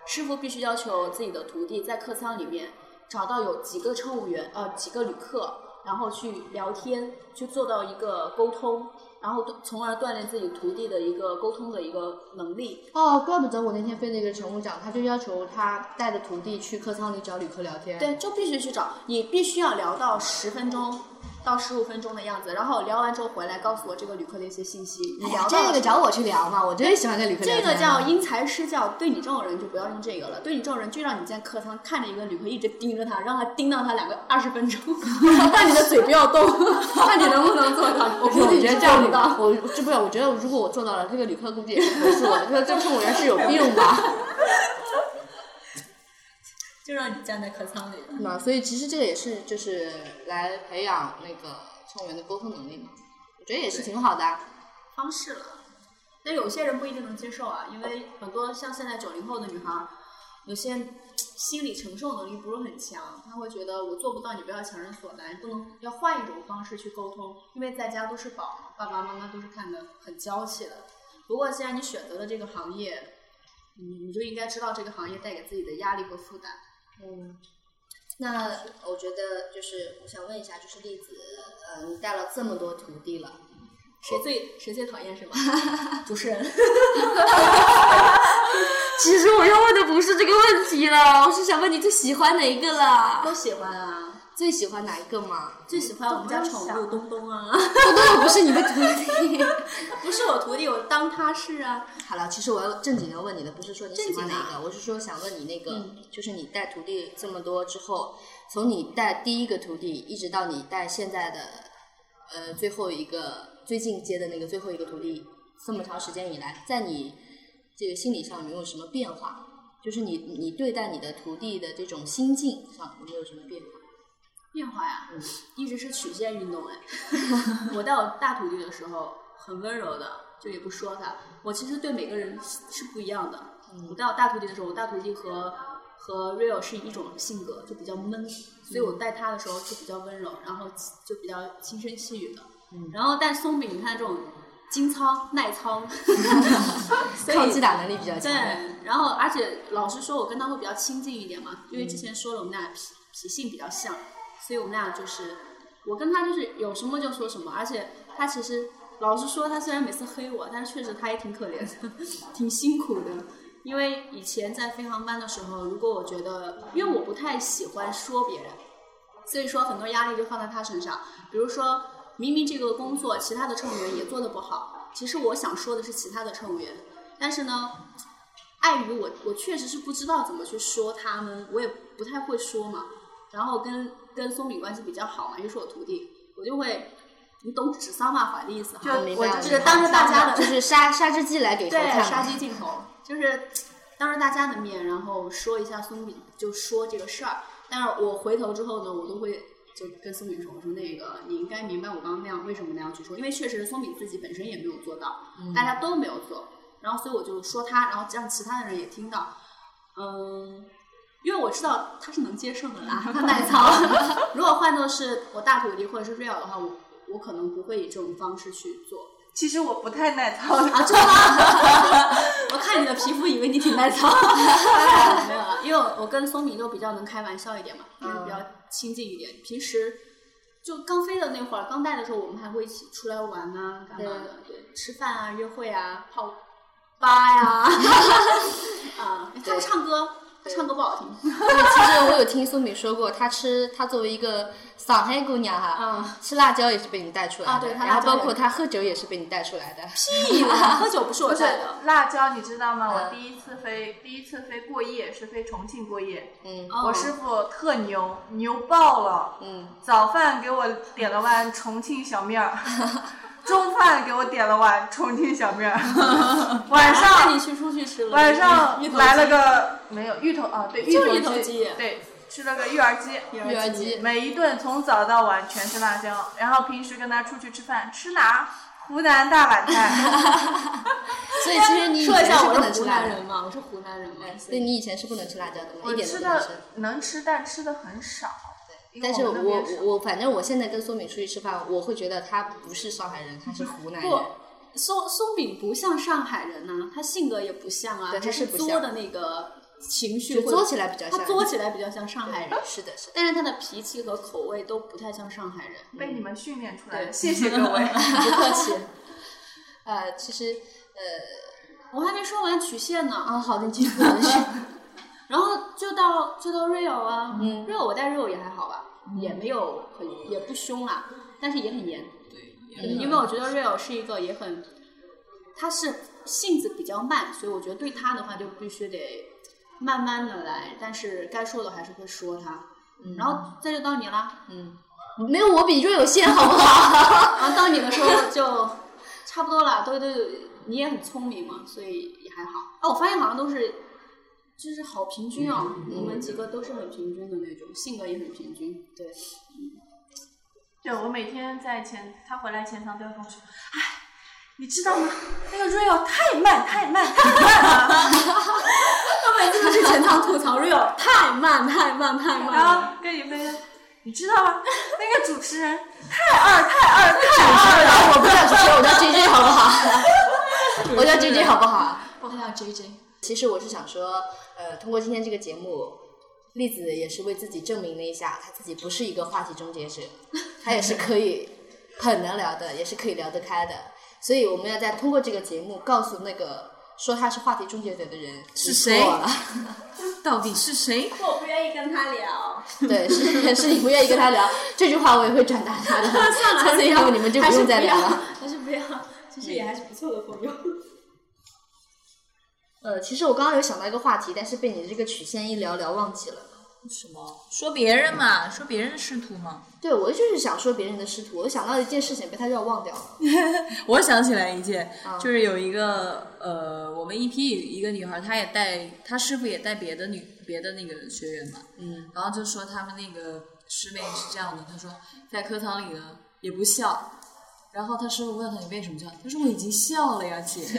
Speaker 1: 师傅必须要求自己的徒弟在客舱里面找到有几个乘务员，呃，几个旅客，然后去聊天，去做到一个沟通。然后从而锻炼自己徒弟的一个沟通的一个能力。
Speaker 2: 哦，怪不得我那天飞那个乘务长，他就要求他带着徒弟去客舱里找旅客聊天。，
Speaker 1: 对，就必须去找，你必须要聊到十分钟到十五分钟的样子，然后聊完之后回来告诉我这个旅客的一些信息。你聊到了
Speaker 2: 哎这个找我去聊嘛，我真喜欢跟旅客聊
Speaker 1: 这
Speaker 2: 天啊
Speaker 1: 个叫因材施教，对你这种人就不要用这个了。对你这种人，就让你在客舱看着一个旅客一直盯着他，让他盯到他两个二十分钟， *laughs*
Speaker 2: *laughs*
Speaker 1: 但你的嘴不要动。那你能不能做到？我
Speaker 2: 不是
Speaker 1: 估计
Speaker 2: 我
Speaker 1: 你
Speaker 2: 觉得
Speaker 1: 是
Speaker 2: 这
Speaker 1: 做
Speaker 2: 样
Speaker 1: 不到。
Speaker 2: 我这不是，我觉得如果我做到了，这个旅客估计也是投诉我的，说这乘务员是有病吧？ *laughs*
Speaker 1: 就让你站在客舱里。
Speaker 2: 那所以其实这个也是就是来培养那个乘务员的沟通能力嘛，我觉得也是挺好的啊。
Speaker 1: 方式了。那有些人不一定能接受啊，因为很多像现在九零后的女孩儿，有些嘖心理承受能力不是很强，她会觉得我做不到，你不要强人所难，不能要换一种方式去沟通，因为在家都是宝嘛，爸爸妈妈都是看得很娇气的。不过既然你选择了这个行业，你你就应该知道这个行业带给自己的压力和负担。
Speaker 2: 嗯，那我觉得就是我想问一下，就是栗子，呃，你带了这么多徒弟了，
Speaker 1: 谁最谁最讨厌什么？ *laughs* 主持人。
Speaker 2: *laughs* 其实我要问的不是这个问题了，我是想问你最喜欢哪一个了？
Speaker 1: 都喜欢啊，
Speaker 2: 最喜欢哪一个嘛？
Speaker 1: 最喜欢我们家宠物东东啊。
Speaker 2: 我都不是你的徒弟。
Speaker 1: *laughs* 不是我徒弟，我当他是啊。
Speaker 2: 好了，其实我要正经的问你的，不是说你喜欢
Speaker 1: 正经
Speaker 2: 哪
Speaker 1: 的
Speaker 2: 一个，我是说想问你那个，
Speaker 1: 嗯
Speaker 2: 就是你带徒弟这么多之后，从你带第一个徒弟一直到你带现在的，呃，最后一个最近接的那个最后一个徒弟，这么长时间以来，在你这个心理上有没有什么变化？就是你你对待你的徒弟的这种心境上有没有什么变化？
Speaker 1: 变化呀
Speaker 2: 嗯，
Speaker 1: 一直是曲线运动哎。我带我大徒弟的时候很温柔的，就也不说他。我其实对每个人是不一样的。我
Speaker 2: 嗯
Speaker 1: 带我大徒弟的时候，我大徒弟和和 Rio 是一种性格，就比较
Speaker 2: 嗯
Speaker 1: 闷，所以我带他的时候就比较温柔，然后就比较轻声细语的。
Speaker 2: 嗯
Speaker 1: 然后带松饼，你看这种精糙耐操， *laughs*
Speaker 2: *laughs*
Speaker 1: 所以
Speaker 2: 抗击打能力比较强。
Speaker 1: 对，然后而且老实说，我跟他会比较亲近一点嘛，因为之前说了我们俩脾脾性比较像，所以我们俩就是我跟他就是有什么就说什么，而且他其实老实说，他虽然每次黑我，但是确实他也挺可怜的，挺辛苦的。因为以前在飞航班的时候，如果我觉得，嗯因为我不太喜欢说别人，所以说很多压力就放在他身上。比如说，明明这个工作其他的乘务员也做得不好，其实我想说的是其他的乘务员，但是呢，碍于我我确实是不知道怎么去说他们，我也不太会说嘛。然后跟跟松饼关系比较好嘛，又是我徒弟，我就会，你懂指桑骂槐的意思哈，
Speaker 4: 就
Speaker 2: 我明白
Speaker 4: 我
Speaker 2: 了
Speaker 1: 就是当着大家的
Speaker 2: 就是杀杀只鸡来给头
Speaker 1: 对
Speaker 2: 看嘛，
Speaker 1: 杀鸡儆猴，就是当着大家的面，然后说一下松饼，就说这个事儿。但是我回头之后呢，我都会就跟松饼说，我说那个你应该明白我刚刚那样为什么那样去说，因为确实松饼自己本身也没有做到，
Speaker 2: 嗯
Speaker 1: 大家都没有做，然后所以我就说他，然后让其他的人也听到，嗯。因为我知道他是能接受的
Speaker 2: *laughs*
Speaker 1: 啦，他耐操。 *laughs* 如果换作是我大徒弟或者是 real 的话，我我可能不会以这种方式去做。
Speaker 4: 其实我不太耐操
Speaker 3: *laughs*
Speaker 4: 的，
Speaker 1: 啊，真的吗？ *laughs* 我看你的皮肤，以为你挺耐操。没有了，因为我跟松饼就比较能开玩笑一点嘛，就是比较亲近一点。平时就刚飞的那会儿，刚带的时候，我们还会一起出来玩啊，干嘛的？对，吃饭啊，约会啊，泡 *laughs* 吧呀、啊，他
Speaker 2: 对
Speaker 1: 会唱歌，他唱歌不好听。
Speaker 2: 对， *laughs* 其实我有听苏敏说过，她吃她作为一个上海姑娘哈，
Speaker 1: 啊，
Speaker 2: 吃辣椒也是被你带出来的，
Speaker 1: 啊对她
Speaker 2: 然后
Speaker 1: 辣椒
Speaker 2: 包括她喝酒也是被你带出来的。
Speaker 1: 屁啦，喝酒不是我
Speaker 4: 不是
Speaker 1: 带的。
Speaker 4: 辣椒，你知道吗？
Speaker 2: 嗯
Speaker 4: 我第一次飞，第一次飞过夜是飞重庆过夜，
Speaker 2: 嗯
Speaker 1: 哦
Speaker 4: 我师傅特牛，牛爆了。
Speaker 2: 嗯，
Speaker 4: 早饭给我点了碗重庆小
Speaker 1: *laughs*
Speaker 4: 面儿，中饭给我点了碗重庆小
Speaker 1: *laughs*
Speaker 4: 面儿，
Speaker 1: 带
Speaker 4: 晚上
Speaker 1: 你去出去吃了，
Speaker 4: 晚上
Speaker 1: 芋头
Speaker 4: 来了
Speaker 1: 鸡
Speaker 4: 个没有芋头啊，对，
Speaker 1: 就是
Speaker 4: 芋
Speaker 1: 芋头鸡
Speaker 4: 对，吃了个芋儿
Speaker 1: *laughs*
Speaker 4: 鸡。
Speaker 1: 儿
Speaker 2: 育儿鸡，
Speaker 4: 每一顿从早到晚全是辣椒，然后平时跟他出去吃饭，吃哪儿？湖南大碗菜，
Speaker 2: *laughs* 所以其实你以
Speaker 1: 说一
Speaker 2: 前
Speaker 1: 下，
Speaker 2: 是不
Speaker 1: 我
Speaker 2: 能
Speaker 1: 是
Speaker 2: 吃
Speaker 1: 湖
Speaker 2: 辣
Speaker 1: 南
Speaker 2: 的，
Speaker 1: 人嘛，我是湖南人嘛，
Speaker 2: 对，
Speaker 1: 所
Speaker 2: 所以你以前是不能吃辣椒的嘛，
Speaker 4: 我
Speaker 2: 一点都
Speaker 4: 吃
Speaker 2: 不能吃
Speaker 4: 的。能吃，但吃的很少。对，因为
Speaker 2: 但是
Speaker 4: 我
Speaker 2: 我
Speaker 4: 们那边少
Speaker 2: 我我反正我现在跟苏敏出去吃饭，我会觉得她不是上海人，她是湖南人。
Speaker 1: 不，松松饼不像上海人呐、他性格也不像啊，
Speaker 2: 对
Speaker 1: 他
Speaker 2: 他是
Speaker 1: 是
Speaker 2: 不
Speaker 1: 作
Speaker 2: 像
Speaker 1: 的那个情绪
Speaker 2: 就
Speaker 1: 会
Speaker 2: 作起来比较像。
Speaker 1: 他作起来比较像上海人，
Speaker 2: 是
Speaker 1: *laughs*
Speaker 2: 的，是的。
Speaker 1: 但是他的脾气和口味都不太像上海人。
Speaker 4: 被你们训练出来的，
Speaker 1: 对
Speaker 4: 谢谢各
Speaker 2: *laughs*
Speaker 4: 位。
Speaker 1: 不客气，
Speaker 2: 呃，其
Speaker 1: *laughs*
Speaker 2: 实呃
Speaker 1: 我还没说完曲线呢。
Speaker 2: 啊，好的，你继续我的事。
Speaker 1: 然后就到就到 Rio 啊、
Speaker 2: 嗯
Speaker 1: r i o 我带 Rio 也还好吧，也没有很也不凶啊，但是也很严，
Speaker 3: 对，
Speaker 1: 因为我觉得 Rio 是一个也很，他是性子比较慢，所以我觉得对他的话就必须得慢慢的来，但是该说的还是会说他。
Speaker 2: 嗯
Speaker 1: 然后再就到你了，
Speaker 2: 嗯，没有我比若有限，好不好？
Speaker 1: 然后到你的时候就差不多了，都都你也很聪明嘛，所以也还好。哦，我发现好像都是就是好平均哦，我们几个都是很平均的那种，性格也很平均。对，
Speaker 4: 对，我每天在前，他回来前堂都要跟我说，哎，你知道吗？那个 Rio 太慢，太慢，太慢了。
Speaker 1: 他每次都是全场吐槽 Rio 太慢太慢太慢
Speaker 4: 然
Speaker 1: 了。
Speaker 4: 后跟宇飞说，你知道吗？那个主持人太二，太二，太二了。
Speaker 2: 我哦不叫主持人，我叫 JJ 好不 *laughs* 好？我叫 JJ 好不好？
Speaker 1: 我还要 JJ，
Speaker 2: 其实我是想说，呃，通过今天这个节目，栗子也是为自己证明了一下，她自己不是一个话题终结者，她也是可以很能聊的，也是可以聊得开的。所以我们要再通过这个节目告诉那个说她是话题终结者的人
Speaker 3: 是
Speaker 2: 你错了
Speaker 3: 到底是谁？
Speaker 1: 我不愿意跟他聊。
Speaker 2: 对，是是你不愿意跟她聊这句话，我也会转达 *laughs* 她的。
Speaker 1: 算了，
Speaker 2: 下
Speaker 1: 还
Speaker 2: 次
Speaker 1: 是
Speaker 2: 以后你们就
Speaker 1: 还
Speaker 2: 不
Speaker 1: 是
Speaker 2: 用再聊
Speaker 1: 要 *laughs*
Speaker 2: 了。
Speaker 1: 还是不要，其实也还是不错的朋 *laughs* 友。
Speaker 2: 呃，其实我刚刚有想到一个话题，但是被你的这个曲线一聊聊忘记了。
Speaker 3: 什么？说别人嘛，说别人的仕途嘛。
Speaker 2: 对，我就是想说别人的仕途，我想到一件事情被他叫忘掉了。
Speaker 3: 我想起来一件，
Speaker 2: 啊
Speaker 3: 就是有一个呃，我们一批一个女孩，她也带她师傅也带别的女别的那个学员嘛，
Speaker 2: 嗯，
Speaker 3: 然后就说他们那个师妹是这样的，她说在课堂里呢也不笑，然后她师傅问她你为什么笑，她说我已经笑了呀
Speaker 2: *laughs*
Speaker 3: 姐， *laughs*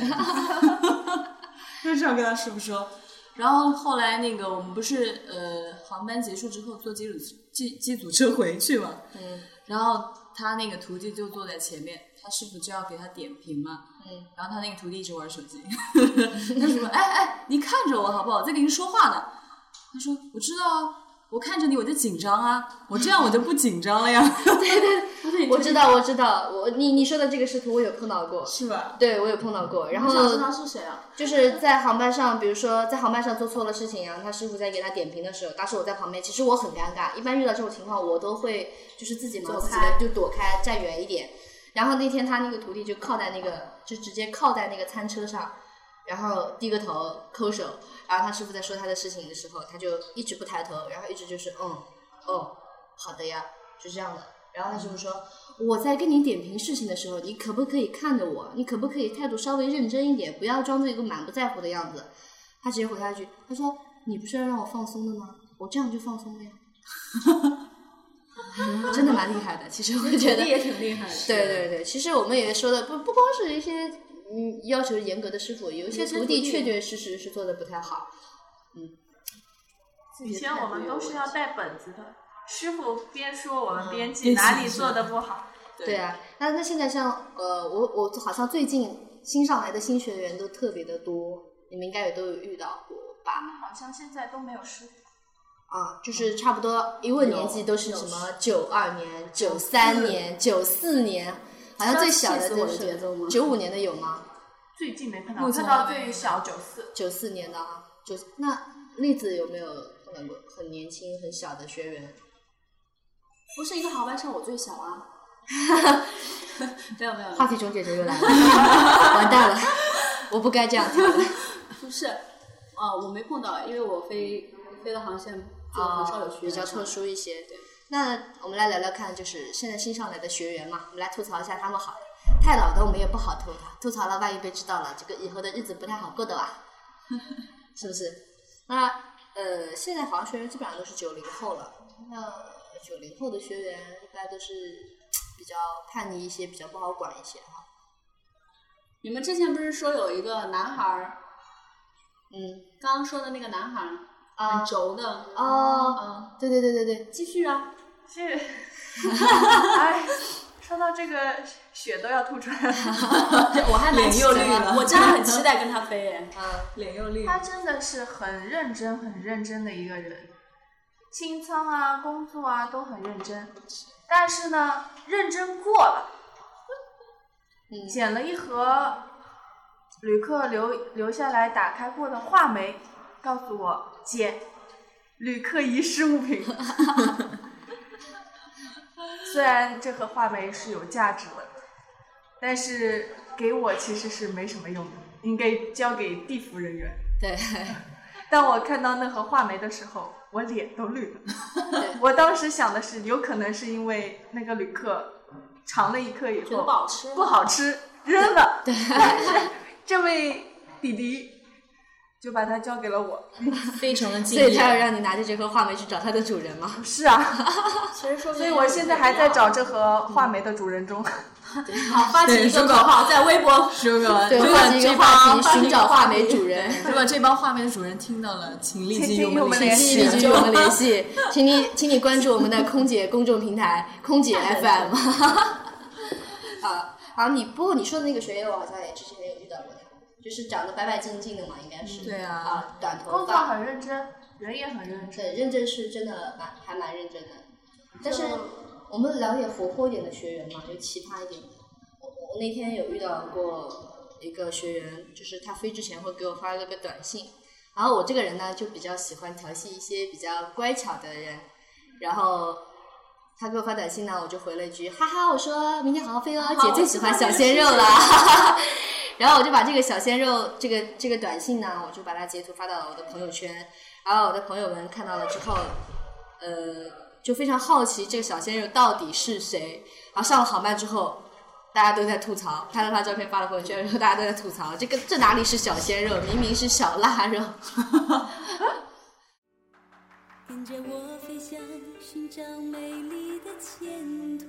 Speaker 3: 就这样跟她师傅说。然后后来那个我们不是呃航班结束之后坐机组机机组车回去嘛，
Speaker 2: 嗯，
Speaker 3: 然后他那个徒弟就坐在前面，他师傅就要给他点评嘛，
Speaker 2: 嗯，
Speaker 3: 然后他那个徒弟一直玩手机， *laughs* 他说：“哎哎，你看着我好不好？我在跟您说话呢。”他说：“我知道啊，我看着你我就紧张啊，我这样我就不紧张了呀， *laughs*
Speaker 2: 我知道，我知道，我你你说的这个仕途我有碰到过，
Speaker 3: 是吧？
Speaker 2: 对我有碰到过。然
Speaker 1: 我想知
Speaker 2: 后
Speaker 1: 道是谁啊？
Speaker 2: 就是在航班上，比如说在航班上做错了事情啊，他师傅在给他点评的时候，当时我在旁边，其实我很尴尬。一般遇到这种情况，我都会就是自己忙
Speaker 1: 躲
Speaker 2: 自己
Speaker 1: 开
Speaker 2: 的，就躲开，站远一点。然后那天他那个徒弟就靠在那个，就直接靠在那个餐车上，然后低个头抠手，然后他师傅在说他的事情的时候，他就一直不抬头，然后一直就是嗯，哦，好的呀，就这样的。然后他师傅说，我在跟你点评事情的时候，你可不可以看着我？你可不可以态度稍微认真一点，不要装作一个满不在乎的样子？他直接回他一句，他说，你不是要让我放松的吗？我这样就放松了呀。 *laughs* 真的蛮厉害的，其实我觉得
Speaker 1: 也挺厉害的。
Speaker 2: 对对对，其实我们也说的不不光是一些嗯要求严格的师傅，有一些徒弟确确实实是做的不太好。
Speaker 4: 以前我们都是要带本子的，师傅边说我们边
Speaker 3: 嗯
Speaker 4: 记哪里做的不好。
Speaker 3: 对
Speaker 2: 对啊，那那现在像呃，我我好像最近新上来的新学员都特别的多，你们应该也都有遇到过吧？
Speaker 4: 好像现在都没有师傅。
Speaker 2: 啊，就是差不多一问年纪都是什么九二年、九三年、九四年，好像最小的
Speaker 1: 是要气死我
Speaker 2: 就
Speaker 1: 的节
Speaker 2: 是
Speaker 1: 奏吗
Speaker 2: 九五年的有吗？
Speaker 4: 最近没碰到，
Speaker 3: 目前
Speaker 4: 碰到
Speaker 3: 还没
Speaker 4: 最小九四。
Speaker 2: 九四年的啊，九那栗子有没有碰到过很年轻很小的学员？
Speaker 1: 不是一个航班上我最小啊。 *laughs* 没有没有，
Speaker 2: 话题终结者又
Speaker 1: *laughs*
Speaker 2: 来了，完蛋了，我不该这样跳的。
Speaker 1: 不是，啊，我没碰到，因为我飞飞的航线就很少有学
Speaker 2: 哦比较
Speaker 1: 员
Speaker 2: 特
Speaker 1: 上。
Speaker 2: 殊一些。对，那我们来聊聊看，就是现在新上来的学员嘛，我们来吐槽一下他们好了。太老的我们也不好吐槽，吐槽了万一被知道了，这个以后的日子不太好过
Speaker 1: *laughs*
Speaker 2: 的哇，是不是？那呃，现在好像学员基本上都是九零后了，那九零后的学员一般都是比较叛逆一些，比较不好管一些哈。
Speaker 1: 你们之前不是说有一个男孩儿，
Speaker 2: 嗯，
Speaker 1: 刚刚说的那个男孩儿，嗯
Speaker 2: 啊
Speaker 1: 很轴的，
Speaker 2: 哦
Speaker 1: 啊，
Speaker 2: 对对对对对，
Speaker 1: 继续啊，
Speaker 4: *laughs* 是，哎，说到这个，血都要吐出来了。
Speaker 1: 我还蛮
Speaker 3: 脸又
Speaker 1: 期待
Speaker 3: 绿了
Speaker 1: 我真的很期待跟他飞 *laughs* 哎耶。
Speaker 2: 嗯，
Speaker 3: 脸又绿
Speaker 4: 他真的是很认真、很认真的一个人，清仓啊、工作啊都很认真，但是呢，认真过了，
Speaker 2: 嗯
Speaker 4: 捡了一盒旅客留留下来打开过的话梅，告诉我姐，旅客遗失物品。 *laughs* 虽然这盒话梅是有价值的，但是给我其实是没什么用的，应该交给地服人员。
Speaker 2: 对
Speaker 4: *laughs* 当我看到那盒话梅的时候，我脸都绿了。
Speaker 2: 对，
Speaker 4: *laughs* 我当时想的是，有可能是因为那个旅客尝了一颗以
Speaker 1: 觉得
Speaker 4: 后
Speaker 1: 不好吃，
Speaker 4: 不好吃，扔了。但是 *laughs* 这位弟弟就把它交给了我。
Speaker 3: 非常的敬
Speaker 2: 所以
Speaker 3: 业。
Speaker 2: 他要让你拿着这盒话梅去找它的主人嘛？
Speaker 4: 是啊，
Speaker 1: 其实说不
Speaker 4: 所
Speaker 1: 定
Speaker 4: 以我现在还在找这盒话梅的主人中。
Speaker 1: 好发起一个口号，在微博
Speaker 3: 如果
Speaker 2: 对，
Speaker 3: 如果
Speaker 2: 话题一
Speaker 3: 这
Speaker 2: 个话
Speaker 3: 帮
Speaker 2: 题，寻找话梅主 *laughs* 人。
Speaker 3: 如果这帮画面主人听到了，请立即
Speaker 4: 请
Speaker 3: 与
Speaker 4: 与
Speaker 3: 我
Speaker 4: 我们
Speaker 3: 们
Speaker 4: 联
Speaker 3: 联
Speaker 4: 系
Speaker 3: 系
Speaker 2: 立。即与我们联系，请你请你关注我们的空姐公众平台“空姐 FM”。啊，好，你不过你说的那个学友，我好像也之前有遇到过他，就是长得白白净净的嘛，应该是
Speaker 3: 嗯对啊
Speaker 2: 啊，短头
Speaker 4: 工作
Speaker 2: 发，
Speaker 4: 很认真，人也很认真。
Speaker 2: 对，认真是真的蛮还蛮认真的。但是我们聊点活泼一点的学员嘛，就奇葩一点的。我我那天有遇到过一个学员，就是他飞之前会给我发了个短信，然后我这个人呢就比较喜欢调戏一些比较乖巧的人，然后。他给我发短信呢，我就回了一句哈哈，我说明天好好飞哦，姐最喜欢小鲜肉了。 *laughs* 然后我就把这个小鲜肉这个这个短信呢，我就把它截图发到了我的朋友圈，然后我的朋友们看到了之后，呃，就非常好奇这个小鲜肉到底是谁。然后上了航班之后，大家都在吐槽，拍了他照片发了朋友圈，然后大家都在吐槽，这个这哪里是小鲜肉，明明是小腊肉。 *laughs*
Speaker 7: 跟着我飞翔，寻找美丽的前途。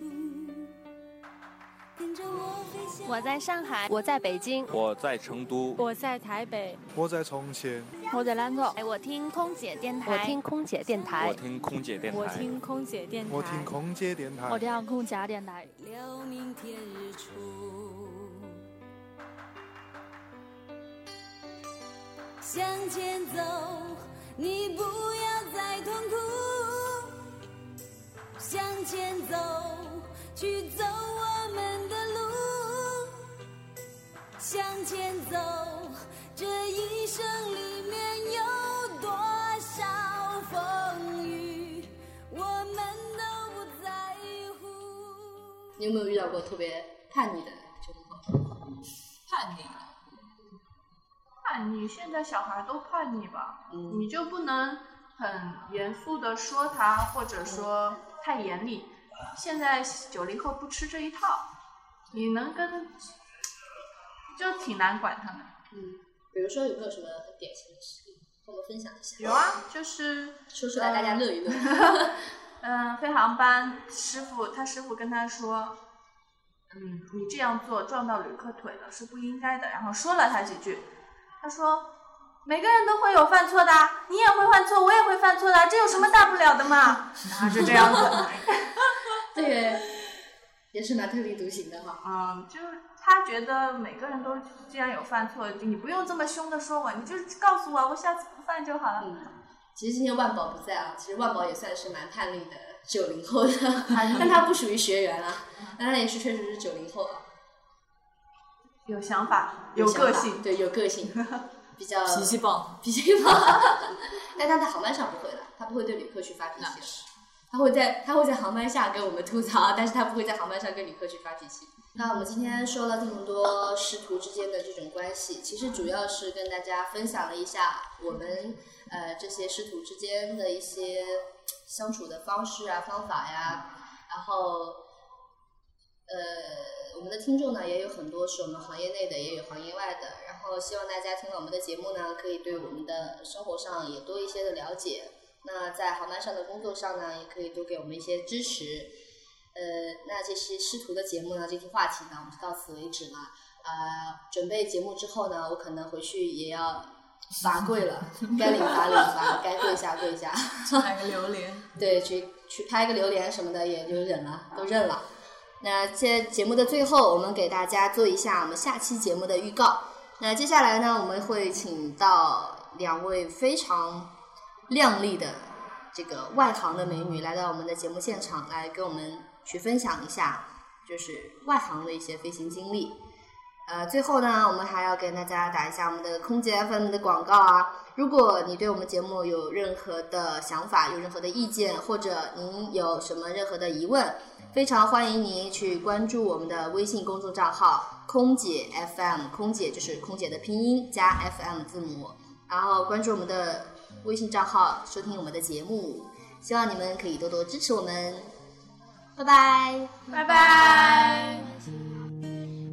Speaker 7: 跟着我飞翔。
Speaker 8: 我在上海，我在北京，
Speaker 6: 我在成都，
Speaker 8: 我在台北，
Speaker 9: 我在从前，
Speaker 8: 我在兰州。哎，我听空姐电台，我听空姐电台，
Speaker 6: 听空姐电
Speaker 8: 我听空姐电台，
Speaker 9: 我听空姐电台。
Speaker 8: 我听空姐电台。
Speaker 7: 聊明天日出。向前走，你不要再痛苦。向前走，去走我们的路。向前走，这一生里面有多少风雨，我们都不在乎。
Speaker 2: 你有没有遇到过特别叛逆的九零后？
Speaker 3: 叛逆，
Speaker 4: 叛逆，现在小孩都叛逆吧？
Speaker 2: 嗯，
Speaker 4: 你就不能很严肃的说他，或者说太严厉。现在九零后不吃这一套，你能跟就挺难管他们。
Speaker 2: 比如说有没有什么很典型的事例，跟我们分享一下？
Speaker 4: 有啊，就是
Speaker 2: 说出来大家乐一乐。
Speaker 4: *laughs* 嗯，飞航班师傅，他师傅跟他说，嗯，你这样做撞到旅客腿了是不应该的，然后说了他几句。他说，每个人都会有犯错的，你也会犯错，我也会犯错的，这有什么大不了的嘛？然后就这样子，
Speaker 2: 对，也是蛮特立独行的哈。
Speaker 4: *laughs* 嗯，就是他觉得每个人都既然有犯错，你不用这么凶的说我，你就告诉我，我下次不犯就好了。
Speaker 2: 嗯，其实今天万宝不在啊，其实万宝也算是蛮叛逆的九零后的，但他不属于学员啊，但他也是确实是九零后啊，
Speaker 4: 有想法，
Speaker 2: 想
Speaker 4: 个
Speaker 2: 法
Speaker 4: 性，
Speaker 2: 对，有个
Speaker 4: *laughs*
Speaker 2: 性，比较
Speaker 3: 脾气 *laughs* 暴，
Speaker 2: 脾气暴， *laughs* 但他在航班上不会的，他不会对旅客去发脾气的，他会在他会在航班下跟我们吐槽，但是他不会在航班上跟旅客去发脾气。那我们今天说了这么多师徒之间的这种关系，其实主要是跟大家分享了一下我们呃这些师徒之间的一些呃相处的方式啊、方法呀，然后呃我们的听众呢也有很多是我们行业内的，也有行业外的，然后希望大家听了我们的节目呢，可以对我们的生活上也多一些的了解，那在航班上的工作上呢，也可以多给我们一些支持。呃，那这期师徒的节目呢，这期话题呢，我们就到此为止了。呃，准备节目之后呢，我可能回去也要罚跪了，该领罚领罚，该跪下跪下。
Speaker 3: 买个榴莲。
Speaker 2: 对，去去拍个榴莲什么的也就忍了，都认了。那在节目的最后，我们给大家做一下我们下期节目的预告。那接下来呢，我们会请到两位非常靓丽的这个外行的美女来到我们的节目现场，来跟我们去分享一下就是外行的一些飞行经历。呃，最后呢，我们还要跟大家打一下我们的空姐 FM 的广告啊。如果你对我们节目有任何的想法、有任何的意见，或者您有什么任何的疑问，非常欢迎您去关注我们的微信公众账号“空姐 FM”，空姐就是空姐的拼音加 FM 字母，然后关注我们的微信账号，收听我们的节目。希望你们可以多多支持我们，拜拜。
Speaker 4: 拜拜。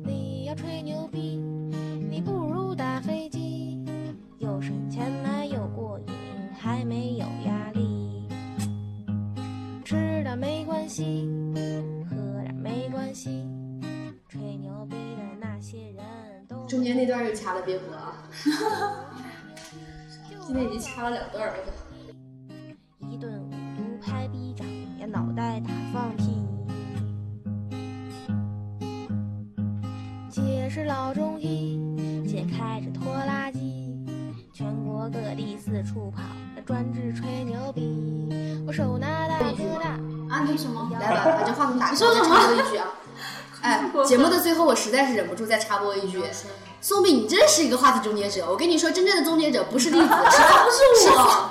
Speaker 7: 你要吹牛逼，你不如打飞机，又省钱来又啊过瘾，还没有压力。吃点没关系，喝点没关系，吹牛逼的那些人都
Speaker 2: *laughs* 中间那段又掐了，别播啊！ *laughs* 今天已经掐了两段了。
Speaker 7: 一顿五毒拍逼掌，也脑袋打放屁。姐是老中医，姐开着拖拉机，全国各地四处跑，专治吹牛逼。我手拿大哥大，
Speaker 1: 啊，你什么？
Speaker 2: 来吧，把这话筒 *laughs* 打开，
Speaker 1: 你说
Speaker 2: 我再
Speaker 1: 什么
Speaker 2: 插播一句啊！ *laughs* 哎，节目的最后，我实在是忍不住再插播一句，宋斌，你真是一个话题终结者。我跟你说，真正的终结者不 *laughs* 是栗子，是华， *laughs* 不是我，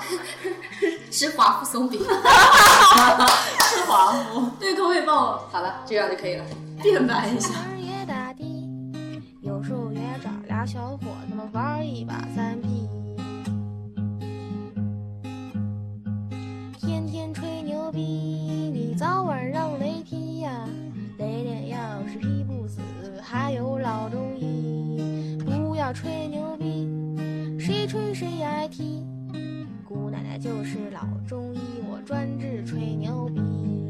Speaker 2: 是华夫松饼，是华夫。
Speaker 1: 对，可不可以帮我
Speaker 2: 好了， *laughs* 这样就可 *laughs* 以了。
Speaker 1: 辩白一下？
Speaker 7: 儿也打的，有时候也找俩小伙子们玩一把三 P。天天吹牛逼，你早晚让雷劈呀、雷电要是劈不死，还有老中医。不要吹牛逼，谁吹谁挨踢。姑奶奶就是老中医，我专治吹牛逼。